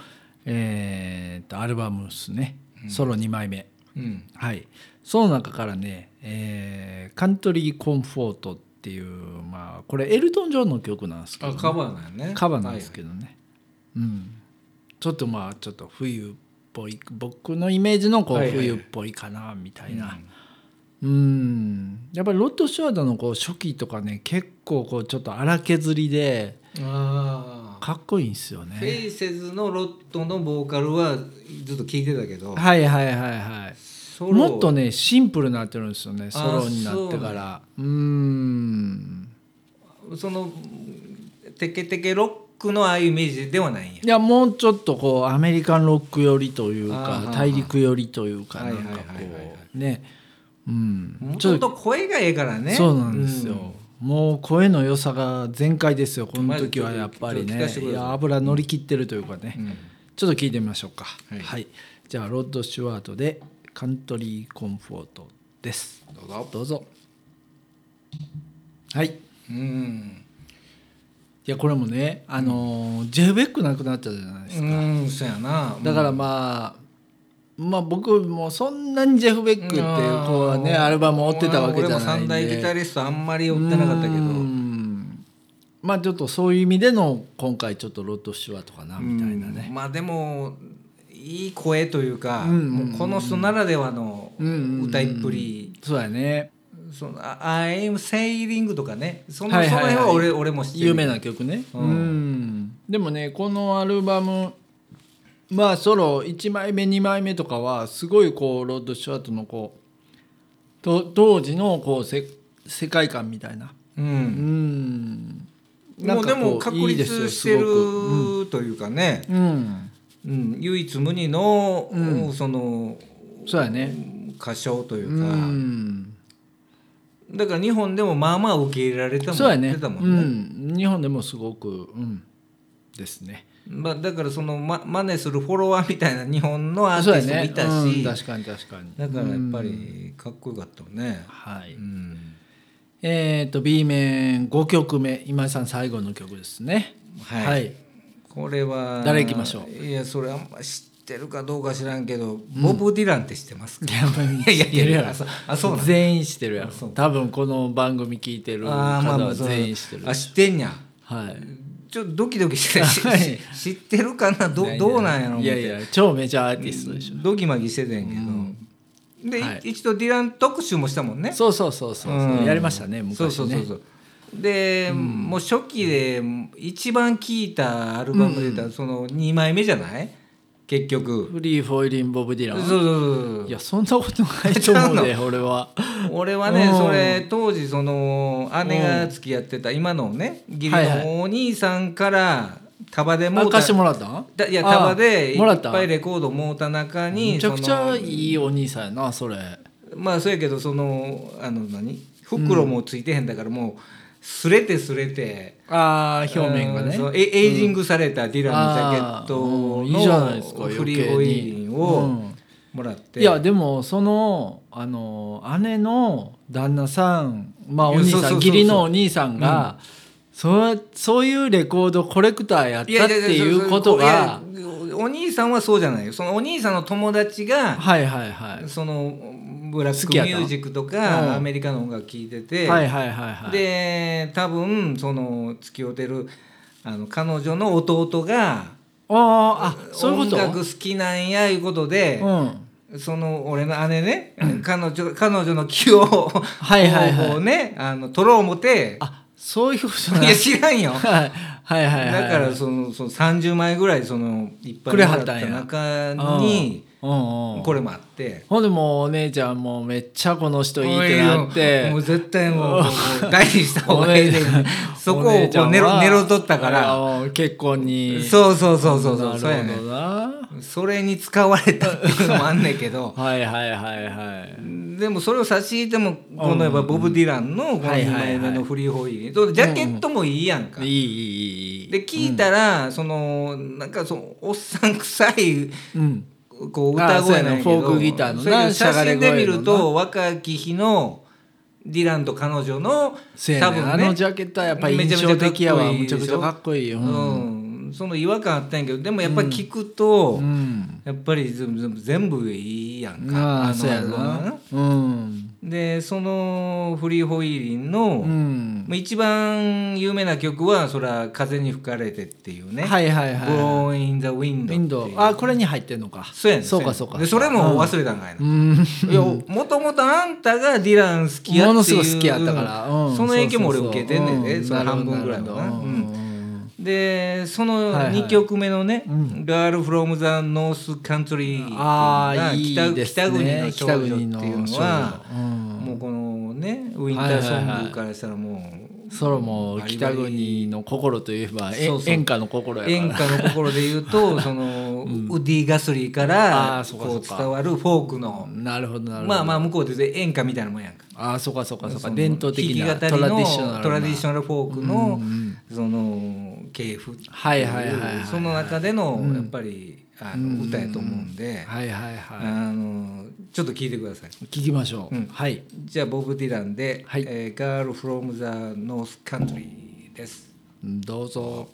Speaker 1: えーとアルバムですねソロ2枚目、
Speaker 2: うん
Speaker 1: はいその中からね、えーカントリー・コンフォート」っていうまあこれエルトン・ジョンの曲なんですけど
Speaker 2: あ
Speaker 1: ね、
Speaker 2: カバーなんやね
Speaker 1: カバーなんですけ
Speaker 2: ど、
Speaker 1: どね、うん、ちょっとまあちょっと冬っぽい僕のイメージのこう
Speaker 2: はいはい
Speaker 1: 冬っぽいかなみた
Speaker 2: はいい
Speaker 1: な、
Speaker 2: はい
Speaker 1: うんやっぱりロッド・シュワードのこう初期とかね結構こうちょっと荒削りで
Speaker 2: うんああ
Speaker 1: かっこいいんですよ
Speaker 2: フェ
Speaker 1: ね
Speaker 2: イセズのロットのボーカルはずっと聞いてたけど、
Speaker 1: はいはいはいはい
Speaker 2: ソロ
Speaker 1: もっとねシンプルになってるんですよねソロにな
Speaker 2: あそ
Speaker 1: っ
Speaker 2: う
Speaker 1: てからうん
Speaker 2: そのテケテケロックのああいうイメージではないんや
Speaker 1: いやもうちょっとこうアメリカンロック寄りという
Speaker 2: あーはー
Speaker 1: か
Speaker 2: はー
Speaker 1: 大陸寄りというか
Speaker 2: は
Speaker 1: ないん
Speaker 2: はいはい
Speaker 1: かこ
Speaker 2: はいはいう
Speaker 1: ねうん
Speaker 2: も
Speaker 1: ちょ
Speaker 2: と
Speaker 1: っ
Speaker 2: も
Speaker 1: と
Speaker 2: と声がええからね
Speaker 1: そうなんですよ、もう声の良さが全開ですよこの
Speaker 2: まず
Speaker 1: 時はやっぱり
Speaker 2: ちょっと聞
Speaker 1: ね
Speaker 2: かせて
Speaker 1: い
Speaker 2: ください
Speaker 1: や油乗り切ってるというかね、
Speaker 2: うん
Speaker 1: ちょっと聞いてみましょうかは、
Speaker 2: はいい
Speaker 1: じゃあロッド・シュワートで「カントリー・コンフォート」です
Speaker 2: どうぞ
Speaker 1: どうぞはいい
Speaker 2: うん
Speaker 1: やこれもねあのージェフ・ベック亡くなったじゃないですか、
Speaker 2: うんそうやな
Speaker 1: だからまあ、まあ僕もそんなにジェフ・ベックっていう子はね
Speaker 2: うん
Speaker 1: アルバムを追ってたわけじゃないん
Speaker 2: 俺も三
Speaker 1: で
Speaker 2: 大ギタリストあんまり追ってなかったけど
Speaker 1: うんまあちょっとそういう意味での今回ちょっとロッド・シュワートかなみたいなね
Speaker 2: うんまあでもいい声というか、
Speaker 1: うんうんうん
Speaker 2: もうこの人ならではの
Speaker 1: うんうんうん
Speaker 2: 歌いっぷり、
Speaker 1: そうやね
Speaker 2: そのあ「I'm Sailing」とかねその,、
Speaker 1: はいはいはい
Speaker 2: その辺は俺俺も知ってる
Speaker 1: 有名な曲ね
Speaker 2: う
Speaker 1: うんん、でもねこのアルバムまあソロ1枚目2枚目とかはすごいこうロッド・シュワートのこうと当時のこうせ世界観みたいな
Speaker 2: う、
Speaker 1: うんん
Speaker 2: もうでも確
Speaker 1: いいですよ
Speaker 2: 立してる
Speaker 1: すごく
Speaker 2: というかね、
Speaker 1: うん、
Speaker 2: うん唯一無二の、
Speaker 1: うん
Speaker 2: その
Speaker 1: そうやね
Speaker 2: 歌唱といううか、
Speaker 1: ん
Speaker 2: だから日本でもまあまあ受け入れられたもん
Speaker 1: そうやね
Speaker 2: 出たも
Speaker 1: うん
Speaker 2: ね、
Speaker 1: ん、日本でもすごく、うん、ですね
Speaker 2: まあ、だからその、ま、真似するフォロワーみたいな日本のアーテ
Speaker 1: そう
Speaker 2: ィ
Speaker 1: や
Speaker 2: ストも
Speaker 1: ね
Speaker 2: いた
Speaker 1: う
Speaker 2: し、
Speaker 1: ん確かに確かに
Speaker 2: だからやっぱ
Speaker 1: うん
Speaker 2: りかっこよかったもんね。
Speaker 1: はい、
Speaker 2: うん
Speaker 1: えっ、と B 面5曲目今井さん最後の曲ですね
Speaker 2: はいこれは
Speaker 1: 誰行きましょう
Speaker 2: いやそれあんま知ってるかどうか知らんけど、ボブ・ディランって知ってますか
Speaker 1: いやまあ
Speaker 2: いやいやいや
Speaker 1: 知 って
Speaker 2: あそう
Speaker 1: る
Speaker 2: あそうなん
Speaker 1: 全員してるやろ
Speaker 2: そう
Speaker 1: 多分この番組聞いてる
Speaker 2: あーまあ
Speaker 1: 方
Speaker 2: ま
Speaker 1: は
Speaker 2: あそう
Speaker 1: 全員してる
Speaker 2: あ知ってんや
Speaker 1: はい
Speaker 2: ちょっとドキドキしてたし、
Speaker 1: はい
Speaker 2: し知ってるかなどどうなんやろ
Speaker 1: いやいや超メジャーアーティストでしょ、
Speaker 2: ドギマギしてたんやけど、で、い
Speaker 1: はい
Speaker 2: 一度ディラン特集もしたもんね
Speaker 1: そうそうそうそう、
Speaker 2: うん
Speaker 1: やりましたね昔ね
Speaker 2: そうそうそうそうで、もう初期で一番聴いたアルバムで言ったらその2枚目じゃない結局
Speaker 1: フリーフォイリン・ボブ・ディラ
Speaker 2: そう
Speaker 1: ン
Speaker 2: そうそ
Speaker 1: い
Speaker 2: うそう
Speaker 1: やそんなことないと思う
Speaker 2: ち
Speaker 1: で俺は
Speaker 2: 俺はね
Speaker 1: うん
Speaker 2: それ当時その姉が付き合ってた今のね義理
Speaker 1: はいはい
Speaker 2: のお兄さんから束でも
Speaker 1: あ
Speaker 2: うた
Speaker 1: 貸してもらったん
Speaker 2: だいや束で
Speaker 1: あ
Speaker 2: い
Speaker 1: もら
Speaker 2: っ
Speaker 1: った
Speaker 2: ぱいレコードもうた中に
Speaker 1: めちゃくち
Speaker 2: そ
Speaker 1: ゃ
Speaker 2: の
Speaker 1: いいお兄さんやなそれ
Speaker 2: まあそうやけどそのあの何袋もついてへんだからもうすれてすれて
Speaker 1: あー表面が
Speaker 2: う
Speaker 1: ね
Speaker 2: んそうエエイジングされたディランのジャケッ
Speaker 1: あーうんいいじゃないです
Speaker 2: ト
Speaker 1: か
Speaker 2: の
Speaker 1: 余計に
Speaker 2: フリーホイーリン
Speaker 1: うん
Speaker 2: をもらって、
Speaker 1: いやでもそのあの姉の旦那さんまあお兄
Speaker 2: いやそう
Speaker 1: さ
Speaker 2: そう
Speaker 1: ん
Speaker 2: そう
Speaker 1: 義理のお兄さんが、そうそういうレコードコレクターやったっていうことが
Speaker 2: いやいやお兄さんはそうじゃないよそのお兄さんの友達が
Speaker 1: はいはいはい、
Speaker 2: そのブラッ
Speaker 1: 好
Speaker 2: ク
Speaker 1: きやった
Speaker 2: ミュージックと
Speaker 1: うん
Speaker 2: かアメリカの音楽聴いてて、
Speaker 1: はいはいはいはい
Speaker 2: で多分その付き合ってるあの彼女の弟が
Speaker 1: あーあそういうこと
Speaker 2: 音楽好きなんやいうことで。
Speaker 1: うん
Speaker 2: その俺の姉ね、彼女彼女の気を、
Speaker 1: いはいはい
Speaker 2: こうねあの取ろう思て
Speaker 1: あそういうこと
Speaker 2: い
Speaker 1: な
Speaker 2: や知らんよ、
Speaker 1: はいはいはいはい
Speaker 2: だからそのその30枚ぐらいそのいっぱい
Speaker 1: く
Speaker 2: も
Speaker 1: れ
Speaker 2: ら
Speaker 1: はっ
Speaker 2: っ
Speaker 1: た
Speaker 2: た
Speaker 1: んや
Speaker 2: 中に
Speaker 1: うんうんうん
Speaker 2: これもあって
Speaker 1: ほんでもうお姉ちゃんもめっちゃこの人いいっ
Speaker 2: お
Speaker 1: て
Speaker 2: い
Speaker 1: なっ
Speaker 2: もう
Speaker 1: て
Speaker 2: 絶対も
Speaker 1: お
Speaker 2: うもう大事に した方がいいね
Speaker 1: お姉
Speaker 2: そこを
Speaker 1: お姉ちゃ
Speaker 2: こ
Speaker 1: ん
Speaker 2: う
Speaker 1: は
Speaker 2: 寝ろ寝ろとったから
Speaker 1: あー結婚に
Speaker 2: そうそうそうそうそうそうや
Speaker 1: なる
Speaker 2: ね
Speaker 1: ほどな
Speaker 2: それに使われたっていうのもあんねんけど
Speaker 1: はいはいはいはい
Speaker 2: でもそれを差し引いてもこのやっぱボブ・ディランのこの
Speaker 1: はい
Speaker 2: 2
Speaker 1: はいはい
Speaker 2: 枚目のフリーホイールそうジャケットもいいやんか。
Speaker 1: いいいいいいいい
Speaker 2: で聞いたらそのなんかそのおっさん臭い
Speaker 1: うん
Speaker 2: こう歌声なんやけど
Speaker 1: あそうやなフォークギターのな
Speaker 2: それで写真で見
Speaker 1: しゃがれ声の
Speaker 2: る
Speaker 1: な
Speaker 2: と若き日のディランと彼女の
Speaker 1: せや
Speaker 2: 多
Speaker 1: ね
Speaker 2: 分
Speaker 1: あ
Speaker 2: ね
Speaker 1: のジャケットはやっぱり印象的やわむ
Speaker 2: め
Speaker 1: ち
Speaker 2: ち
Speaker 1: ゃ
Speaker 2: ゃ
Speaker 1: く
Speaker 2: く
Speaker 1: ち
Speaker 2: ち
Speaker 1: ゃ
Speaker 2: ゃ
Speaker 1: か
Speaker 2: か
Speaker 1: っこいいよ
Speaker 2: うんその違和感あったんやけどでもやっぱり聞くと、
Speaker 1: うん、うん
Speaker 2: やっぱり全部全部いいやんか
Speaker 1: ああ
Speaker 2: の
Speaker 1: そうやなうん
Speaker 2: でそのフリーホイーリンの、
Speaker 1: うん
Speaker 2: まあ一番有名な曲はそら風に吹かれてっていうね、
Speaker 1: はいはい
Speaker 2: ブロ
Speaker 1: は
Speaker 2: ーインザウィン
Speaker 1: い
Speaker 2: ド
Speaker 1: インドあこれに入ってんのか
Speaker 2: そうやねん
Speaker 1: そうか
Speaker 2: や
Speaker 1: そう
Speaker 2: ねん
Speaker 1: か
Speaker 2: でそれも忘れたんかい
Speaker 1: う
Speaker 2: な、
Speaker 1: ん
Speaker 2: いやもともとあんたがディラン好きやっていう
Speaker 1: ものすごい好きやったから、うん
Speaker 2: その影響も俺
Speaker 1: そうそう
Speaker 2: 受
Speaker 1: そう
Speaker 2: けてんねん
Speaker 1: う
Speaker 2: ねそ
Speaker 1: な
Speaker 2: の
Speaker 1: るほ
Speaker 2: 半
Speaker 1: ど
Speaker 2: 分ぐらいはな
Speaker 1: なるほど
Speaker 2: う
Speaker 1: うんん
Speaker 2: でその
Speaker 1: はいはい
Speaker 2: 2曲目のね「
Speaker 1: う
Speaker 2: Girl from the North Country」
Speaker 1: あ
Speaker 2: が
Speaker 1: ーいいですね
Speaker 2: 北国の少女ってい
Speaker 1: 北
Speaker 2: うの
Speaker 1: 国の
Speaker 2: は
Speaker 1: 少女うん
Speaker 2: もうこのねウィンターソングからしたらもう
Speaker 1: それも北国の心といえばえ
Speaker 2: そうそう
Speaker 1: 演歌の心やから
Speaker 2: 演歌の心で言うとその、ウディ・ガスリーか
Speaker 1: あー
Speaker 2: ら
Speaker 1: そうかそ
Speaker 2: こ
Speaker 1: う
Speaker 2: う
Speaker 1: か
Speaker 2: 伝わるフォークの
Speaker 1: なるほどなるほど、
Speaker 2: まあまあ向こうで言うと演歌みたいなもんやんか
Speaker 1: ああそうかそうかそう
Speaker 2: そ
Speaker 1: か
Speaker 2: の
Speaker 1: 伝統的な
Speaker 2: 弾
Speaker 1: ト
Speaker 2: き語り
Speaker 1: ラ
Speaker 2: の
Speaker 1: ディショナルな
Speaker 2: トラディショナルフォークの、その系譜っていう
Speaker 1: はいはいはいはいはい
Speaker 2: その中でのやっぱり、あの歌やと思うんで、
Speaker 1: はいはいは
Speaker 2: あのちょっと聞いてください
Speaker 1: い聞きましょう、
Speaker 2: うん
Speaker 1: はい
Speaker 2: じゃあボブ・ディランで「
Speaker 1: はい
Speaker 2: えー、Girl from the North Country」です、
Speaker 1: どうぞ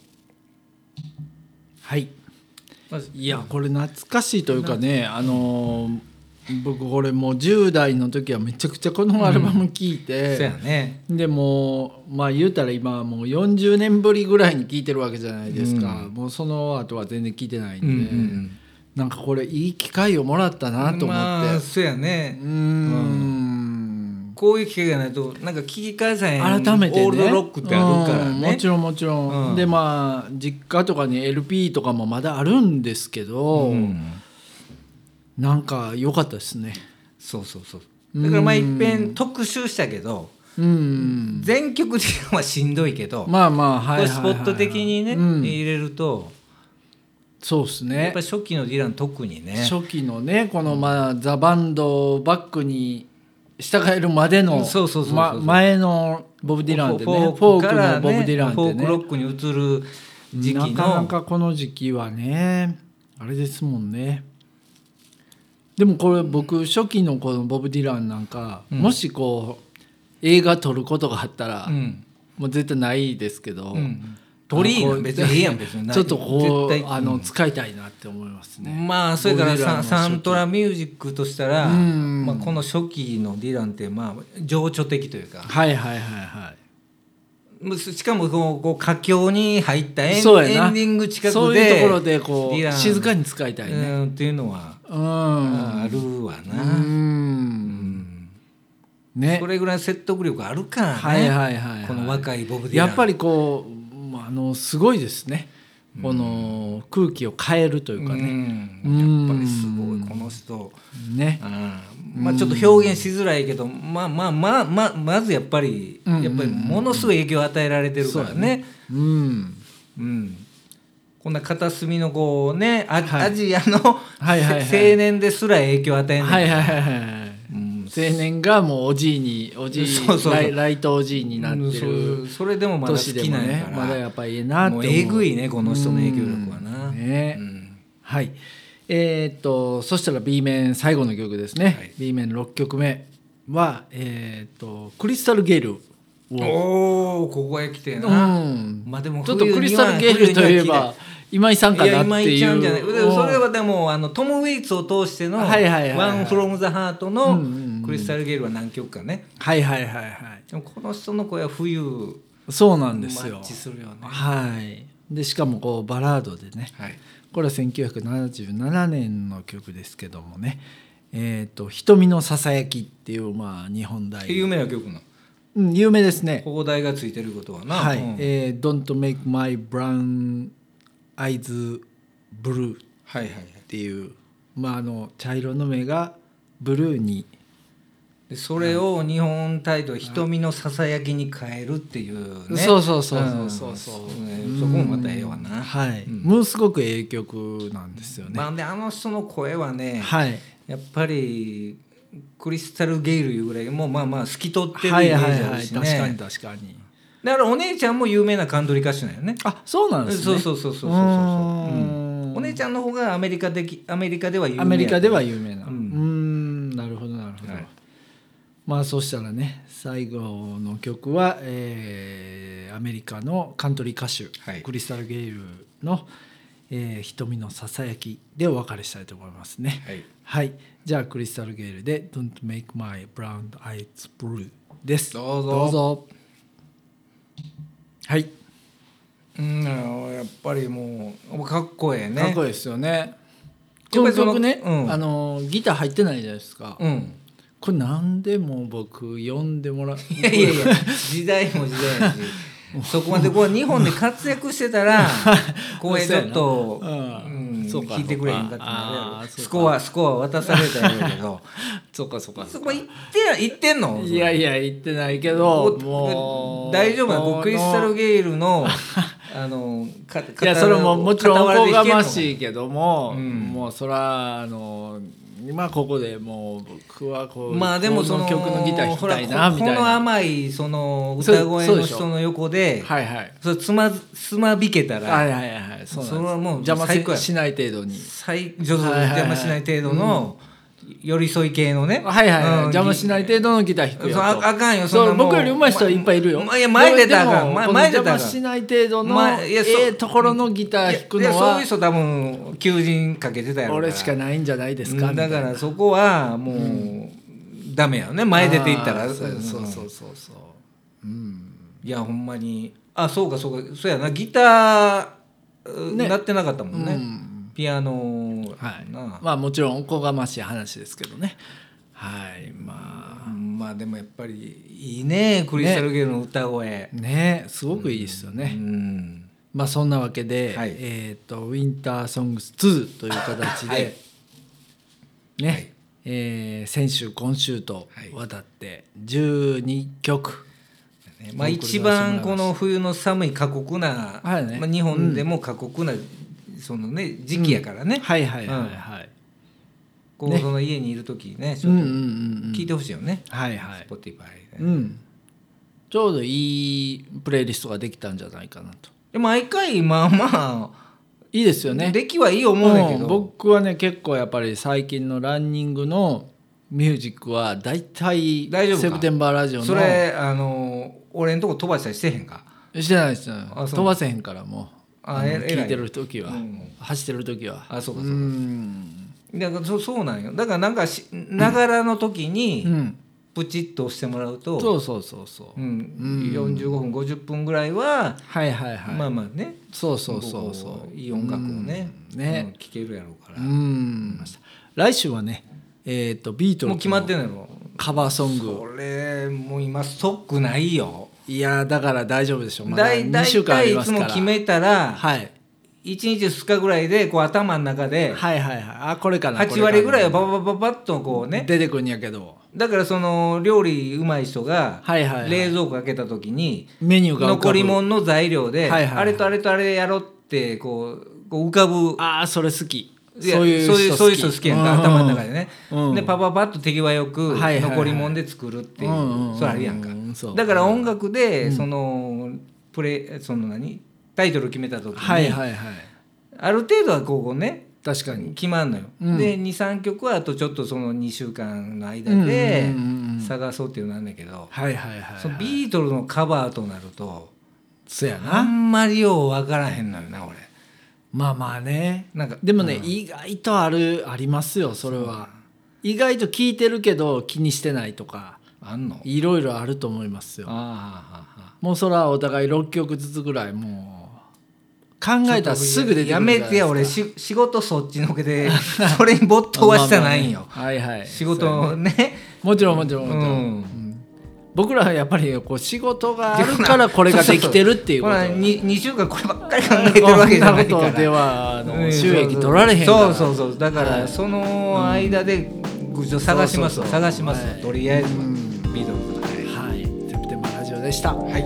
Speaker 1: はい
Speaker 2: まず
Speaker 1: いやこれ懐かしいというかねあのー僕これもう10代の時はめちゃくちゃこのアルバム聴い
Speaker 2: そう
Speaker 1: て
Speaker 2: や、ね
Speaker 1: でもうまあ言うたら今はもう40年ぶりぐらいに聴いてるわけじゃないですか、もうその後は全然聴いてないんで、
Speaker 2: うんうん
Speaker 1: なんかこれいい機会をもらったなと思って、
Speaker 2: まあそうやね
Speaker 1: うーん
Speaker 2: こういう機会がないとなんか聞き返さへん
Speaker 1: 改めてね
Speaker 2: オールドロックってあるから
Speaker 1: うん
Speaker 2: ね
Speaker 1: もちろんもちろん、
Speaker 2: うん
Speaker 1: でまあ実家とかに LP とかもまだあるんですけど、
Speaker 2: うん
Speaker 1: なんか良かったですね
Speaker 2: そうそうそうだからまあいっぺん特集したけど
Speaker 1: うん
Speaker 2: 全曲時間はしんどいけど、
Speaker 1: まあまあはい
Speaker 2: こ
Speaker 1: はい
Speaker 2: れ
Speaker 1: はい
Speaker 2: スポット的にね、
Speaker 1: うん
Speaker 2: 入れると
Speaker 1: そうです
Speaker 2: やっ
Speaker 1: ね
Speaker 2: ぱり初期のディラン特にね
Speaker 1: 初期のねこのまあザ・バンドをバックに従えるまでの
Speaker 2: そうそうそうそう
Speaker 1: ま前のボブ・ディランってねフォ
Speaker 2: フ
Speaker 1: ー
Speaker 2: ォー
Speaker 1: ク
Speaker 2: クから
Speaker 1: のボ
Speaker 2: ね
Speaker 1: ブ・ディランっ
Speaker 2: フォ
Speaker 1: て
Speaker 2: ーク
Speaker 1: ね
Speaker 2: ロックに移る時期の
Speaker 1: なかなかこの時期はねあれですもんねでもこれ僕初期のこのボブ・ディランなんか、
Speaker 2: うん
Speaker 1: もしこう映画撮ることがあったら、
Speaker 2: うん
Speaker 1: もう絶対ないですけど、
Speaker 2: うん、鳥居
Speaker 1: あのこう
Speaker 2: 別にええやん別に
Speaker 1: ちょっとこ
Speaker 2: 絶
Speaker 1: う
Speaker 2: 対
Speaker 1: あの使いたいなって思いますね。
Speaker 2: まあそれから
Speaker 1: ボブディラン
Speaker 2: サ
Speaker 1: の
Speaker 2: ン
Speaker 1: 初期
Speaker 2: サントラミュージックとしたら、
Speaker 1: うん
Speaker 2: まあ、この初期のディランってまあ情緒的というか
Speaker 1: はいはいはいはい。
Speaker 2: むしかもこうこう佳境に入ったエン
Speaker 1: そうやな
Speaker 2: エンディング近くで
Speaker 1: そういうところでこ
Speaker 2: リア
Speaker 1: う
Speaker 2: ン
Speaker 1: 静かに使いたいね
Speaker 2: うんっていうのは
Speaker 1: うん
Speaker 2: あるわな、
Speaker 1: うんね
Speaker 2: これぐらい説得力あるからね、
Speaker 1: はいはいはいはい
Speaker 2: この若いボブ・ディラン
Speaker 1: やっぱ
Speaker 2: り
Speaker 1: りこうあのすごいですねこの空気を変えるというかね
Speaker 2: うん、やっぱりすごいこの人
Speaker 1: ね
Speaker 2: あーまあちょっと表現しづらいけど、まあまあまあまあまずやっぱり、
Speaker 1: うんうんうん
Speaker 2: やっぱりものすごい影響を与えられてるからね
Speaker 1: うん
Speaker 2: うん、こんな片隅のこうねア,、
Speaker 1: はい
Speaker 2: アジアの、
Speaker 1: はいはいはい
Speaker 2: せ青年ですら影響を与えんねん
Speaker 1: はいはいはいはい
Speaker 2: うん
Speaker 1: 青年がもうおじいにおじい
Speaker 2: そうそうそう
Speaker 1: ライライトおじいになって
Speaker 2: う
Speaker 1: る
Speaker 2: んそうそれでもまだ好
Speaker 1: 年で
Speaker 2: き
Speaker 1: も
Speaker 2: なんや
Speaker 1: ね
Speaker 2: から、
Speaker 1: まだやっぱいいなって
Speaker 2: も
Speaker 1: 思
Speaker 2: う
Speaker 1: う
Speaker 2: えぐいねこの人の影響力はな、
Speaker 1: うんね
Speaker 2: うん
Speaker 1: はいえーっとそしたら B 面最後の曲ですね、
Speaker 2: はい
Speaker 1: B 面6曲目はえーっとクリスタルゲルを
Speaker 2: おおここへ来て
Speaker 1: う
Speaker 2: な、
Speaker 1: ん
Speaker 2: まあでも
Speaker 1: ちょっとクリスタルゲルといえば今井さん
Speaker 2: い
Speaker 1: か
Speaker 2: や
Speaker 1: なっ
Speaker 2: 今
Speaker 1: て
Speaker 2: い
Speaker 1: い
Speaker 2: ちゃ
Speaker 1: う
Speaker 2: うんじゃないで
Speaker 1: うん
Speaker 2: もそれはでもあのトム・ウェイツを通しての「
Speaker 1: はいはいはいはい
Speaker 2: One from the Heart」
Speaker 1: うんうんうん
Speaker 2: のクリスタル・ゲールは何曲かね
Speaker 1: はいはいはいはい
Speaker 2: でもこの人の声は冬
Speaker 1: そうな
Speaker 2: マ
Speaker 1: んですよ
Speaker 2: ッチするよね
Speaker 1: はいでしかもこうバラードでね
Speaker 2: はい
Speaker 1: これは1977年の曲ですけどもね「えー、と瞳のささやき」っていう、まあ、日本代
Speaker 2: 有名な曲の
Speaker 1: うん、有名ですね
Speaker 2: 放題がついてることはな、
Speaker 1: はい、
Speaker 2: うん
Speaker 1: えー Don't make my brown eyes blue」っ
Speaker 2: はいはいはい
Speaker 1: ていう、まあ、あの茶色の目がブルーに
Speaker 2: でそれを日本態度瞳のささやきに変えるっていうね
Speaker 1: そうそうそうそうそうそ
Speaker 2: そうねそこもまたええわな、
Speaker 1: はい、
Speaker 2: うん
Speaker 1: ものすごくええ曲なんですよね、
Speaker 2: まあ、であの人の声はね、
Speaker 1: はい
Speaker 2: やっぱりクリスタル・ゲイルいうぐらいもうまあまあ透き通ってるイ
Speaker 1: は
Speaker 2: メ
Speaker 1: い
Speaker 2: ー
Speaker 1: はい
Speaker 2: ジあ
Speaker 1: は
Speaker 2: る
Speaker 1: い
Speaker 2: しね、
Speaker 1: 確かに確かに
Speaker 2: だからお姉ちゃんも有名なカントリー歌手なんよね
Speaker 1: あそうなんですね
Speaker 2: そうそうそうそうそうそう
Speaker 1: うーん
Speaker 2: んお姉ちゃんの方がアメリカ的アメリカでは有名
Speaker 1: アメリカでは有名なう
Speaker 2: うん
Speaker 1: ん
Speaker 2: ん
Speaker 1: なるほどなるほど、
Speaker 2: はい
Speaker 1: まあそうしたらね最後の曲は、えーアメリカのカントリー歌手、
Speaker 2: はい
Speaker 1: クリスタル・ゲイルの「えー瞳のささやき」でお別れしたいと思いますね
Speaker 2: はい
Speaker 1: はい、じゃあクリスタル・ゲイルで「Don't Make My Brown Eyes Blue」です
Speaker 2: どうぞ
Speaker 1: どうぞはい
Speaker 2: うんやっぱりもうかっこええね
Speaker 1: かっこいいですよね。
Speaker 2: や
Speaker 1: この
Speaker 2: っぱりその
Speaker 1: 曲ね、
Speaker 2: うん
Speaker 1: あのギター入ってないじゃないですか。
Speaker 2: うん
Speaker 1: これなんでもう僕読んでもらう。
Speaker 2: いやいやいや時代も時代やしそこまでこう日本で活躍して たらこうちょっと、
Speaker 1: そうやなうん
Speaker 2: うん
Speaker 1: そうか
Speaker 2: 聞いてくれへんかった
Speaker 1: あ
Speaker 2: な
Speaker 1: ーそうか
Speaker 2: スコアスコア渡されたらやけ ど
Speaker 1: そうかそうか
Speaker 2: そこ行ってや行ってんの
Speaker 1: いやいや言ってないけど、もう
Speaker 2: 大丈夫なの
Speaker 1: こ
Speaker 2: こう
Speaker 1: の
Speaker 2: クリスタル・ゲイ ルのあのか
Speaker 1: いやそれももちろんおこがましいけども、
Speaker 2: うん
Speaker 1: もうそらあのまあここでもう僕はこう
Speaker 2: まあでもその
Speaker 1: こ曲のギター弾きたい
Speaker 2: ほら
Speaker 1: な
Speaker 2: こ
Speaker 1: みたい
Speaker 2: この
Speaker 1: な。
Speaker 2: 甘いその
Speaker 1: そう
Speaker 2: 歌声
Speaker 1: そう
Speaker 2: の
Speaker 1: でしょ
Speaker 2: 人の横で
Speaker 1: はいはい。
Speaker 2: それつまずつまびけたら
Speaker 1: はいはいはい。そうなんです。
Speaker 2: それはもう
Speaker 1: 邪魔
Speaker 2: 最高
Speaker 1: せ
Speaker 2: や
Speaker 1: しない程度に。
Speaker 2: 最女性を邪魔しない程度の寄り添い系のね、
Speaker 1: はいはい、はい
Speaker 2: うん
Speaker 1: 邪魔しない程度のギター弾くよ
Speaker 2: そうああかんよ
Speaker 1: そ
Speaker 2: そんな
Speaker 1: う
Speaker 2: もう
Speaker 1: 僕より上手い人はいっぱいいるよ、
Speaker 2: まいや前出たらあかん
Speaker 1: でも
Speaker 2: ま
Speaker 1: この
Speaker 2: 前出たらあかん
Speaker 1: 邪魔しない程度の
Speaker 2: ま
Speaker 1: え
Speaker 2: いやそう
Speaker 1: えところのギター弾く
Speaker 2: いや
Speaker 1: の
Speaker 2: そう
Speaker 1: は
Speaker 2: いう人多分求人かけてたやろ
Speaker 1: 俺しか
Speaker 2: い
Speaker 1: ないんじゃないですか
Speaker 2: だ
Speaker 1: みたいな
Speaker 2: からそこはもう、ダメやよね前出ていった
Speaker 1: あ
Speaker 2: ら
Speaker 1: ーそうそう
Speaker 2: う
Speaker 1: そ
Speaker 2: ん
Speaker 1: うそうそううん
Speaker 2: いやほんまにあそうかそうかそうやなギター、
Speaker 1: ね
Speaker 2: なってなかったもんね、
Speaker 1: うん
Speaker 2: ピアノ
Speaker 1: はい
Speaker 2: なあ
Speaker 1: まあもちろんおこがましい話ですけどねはいま
Speaker 2: まあでもやっぱりいいねクリスタル・ゲールの歌声、
Speaker 1: あねすごくいいですよね、
Speaker 2: うん
Speaker 1: まあそんなわけで、
Speaker 2: はい
Speaker 1: えっ、とウィンターソングス2という形で、
Speaker 2: はい
Speaker 1: ね、
Speaker 2: はい
Speaker 1: えー先週今週と
Speaker 2: はい
Speaker 1: 渡って12曲、
Speaker 2: ねまあ、一番この冬の寒い過酷な、
Speaker 1: はいね
Speaker 2: まあ、日本でも過酷な、そのね、時期やからね、
Speaker 1: はい、はいはいはいはい、
Speaker 2: こうその家にいる時にねち
Speaker 1: うん
Speaker 2: ょ
Speaker 1: うん
Speaker 2: っと
Speaker 1: うんうん
Speaker 2: 聞いてほしいよね、
Speaker 1: はいはい
Speaker 2: Spotify で,、
Speaker 1: うんちょうどいいプレイリストができたんじゃないかなと
Speaker 2: で毎回まあま
Speaker 1: いいですよ
Speaker 2: あ、
Speaker 1: ね
Speaker 2: 出来はいい思うねんだけ
Speaker 1: うん
Speaker 2: ど、
Speaker 1: 僕はね結構やっぱり最近のランニングのミュージックは大体
Speaker 2: 大丈夫か
Speaker 1: セプテンバーラジオの
Speaker 2: それあの俺んとこ飛ばしたりしてへんか、
Speaker 1: してないですね
Speaker 2: あそう
Speaker 1: 飛ばせへんからもう
Speaker 2: あ
Speaker 1: あの
Speaker 2: え偉い
Speaker 1: 聞いてる時は、
Speaker 2: うん
Speaker 1: 走ってる時は
Speaker 2: あそうかそう
Speaker 1: う
Speaker 2: か
Speaker 1: ん
Speaker 2: だからそそうなんよだからなんかしながらの時に、
Speaker 1: うん
Speaker 2: プチッと押してもらうと
Speaker 1: そうそうそうそう、
Speaker 2: うん
Speaker 1: うん
Speaker 2: 45分50分ぐらいは、
Speaker 1: はいはいはい、
Speaker 2: まあまあね
Speaker 1: そうそうそうそう
Speaker 2: いい音楽をね
Speaker 1: うんね
Speaker 2: うん聴けるやろうから、
Speaker 1: うん来週はねえっ、とビートル
Speaker 2: もう
Speaker 1: ズ
Speaker 2: 決まってんのやろ
Speaker 1: カバーソング
Speaker 2: それもう今ストックないよ
Speaker 1: いやーだから大丈夫でしょうまだ
Speaker 2: 大
Speaker 1: 2
Speaker 2: 体
Speaker 1: 週間あり
Speaker 2: い
Speaker 1: ま
Speaker 2: つ
Speaker 1: すか
Speaker 2: も
Speaker 1: ら
Speaker 2: 決めたら
Speaker 1: はい、
Speaker 2: 1日2日ぐらいでこう頭の中で
Speaker 1: はいはいはいあこれかな
Speaker 2: 8割ぐらいは
Speaker 1: は
Speaker 2: ババババッとこうね
Speaker 1: 出てくるんやけど
Speaker 2: だからその料理うまい人が
Speaker 1: はいはいはい
Speaker 2: 冷蔵庫開けた時に
Speaker 1: メニューが浮かぶ
Speaker 2: 残り物の材料で
Speaker 1: はいはいはい
Speaker 2: あれとあれとあれやろってこうこう浮かぶ
Speaker 1: ああそれ好き
Speaker 2: いや
Speaker 1: そういう人
Speaker 2: そういうそういう人好きやんか
Speaker 1: う
Speaker 2: 頭の中でね
Speaker 1: うん
Speaker 2: でパパパッと手際よく
Speaker 1: はいはいはい
Speaker 2: 残り物で作るっていう
Speaker 1: うんうんうん
Speaker 2: それあるやんか
Speaker 1: そう
Speaker 2: だから音楽でそのプレその何タイトル決めた時
Speaker 1: はい
Speaker 2: に
Speaker 1: はいはい
Speaker 2: ある程度はこうね
Speaker 1: 確かに
Speaker 2: 決まんのよ、
Speaker 1: うん
Speaker 2: で23曲はあとちょっとその2週間の間
Speaker 1: う
Speaker 2: で
Speaker 1: んうんうんうん
Speaker 2: 探そうっていうのなんだけど、
Speaker 1: はいはいはい
Speaker 2: そのビートルズのカバーとなると
Speaker 1: そうや
Speaker 2: あ
Speaker 1: なん
Speaker 2: まりよう分からへんのよな俺
Speaker 1: まあまあね
Speaker 2: なんか
Speaker 1: でもね、意外とあるありますよそれは意外と聞いてるけど気にしてないとか
Speaker 2: あんの
Speaker 1: いろいろあると思いますよ
Speaker 2: あ
Speaker 1: もうそらお互い6曲ずつぐらいもう考
Speaker 2: あ
Speaker 1: えたらすぐ出てくるじゃ
Speaker 2: や
Speaker 1: ないで
Speaker 2: め
Speaker 1: すか
Speaker 2: てや俺し仕事そっちのけ でそれに没頭はしたないんよ、
Speaker 1: まあまあねはいはい
Speaker 2: 仕
Speaker 1: そうやね
Speaker 2: 事ね
Speaker 1: もちろんもちろん
Speaker 2: う
Speaker 1: もちろん、
Speaker 2: ん
Speaker 1: 僕らはやっぱりこう仕事があるからこれができてるっていう
Speaker 2: こ
Speaker 1: こと
Speaker 2: れ 2, 週間こればっかり考えてるわけじゃないか
Speaker 1: こんな
Speaker 2: ら
Speaker 1: ことではあ
Speaker 2: う
Speaker 1: の
Speaker 2: ん
Speaker 1: 収益取られへんから
Speaker 2: そうそうそうだからその間でちょっと探します
Speaker 1: そうそうそう
Speaker 2: 探しま
Speaker 1: はい
Speaker 2: すとりあえずは
Speaker 1: うん
Speaker 2: ビートルズ
Speaker 1: はいセプテンバーラジオでした
Speaker 2: はい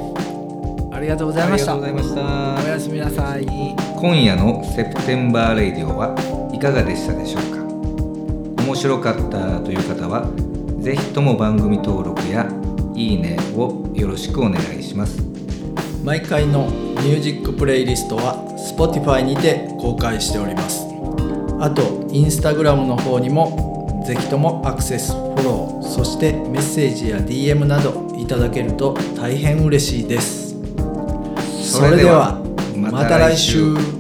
Speaker 2: あ
Speaker 1: ありがとうございま
Speaker 2: り
Speaker 1: し
Speaker 2: がと
Speaker 1: た
Speaker 2: うございました
Speaker 1: おやすみなさい
Speaker 2: 今夜のセプテンバーレイディオはいかがでしたでしょうか面白かったという方はぜひとも番組登録やいいねをよろしくお願いします
Speaker 1: 毎回のミュージックプレイリストは Spotify にて公開しておりますあと Instagram の方にもぜひともアクセスフォローそしてメッセージや DM などいただけると大変嬉しいですそれではまた来週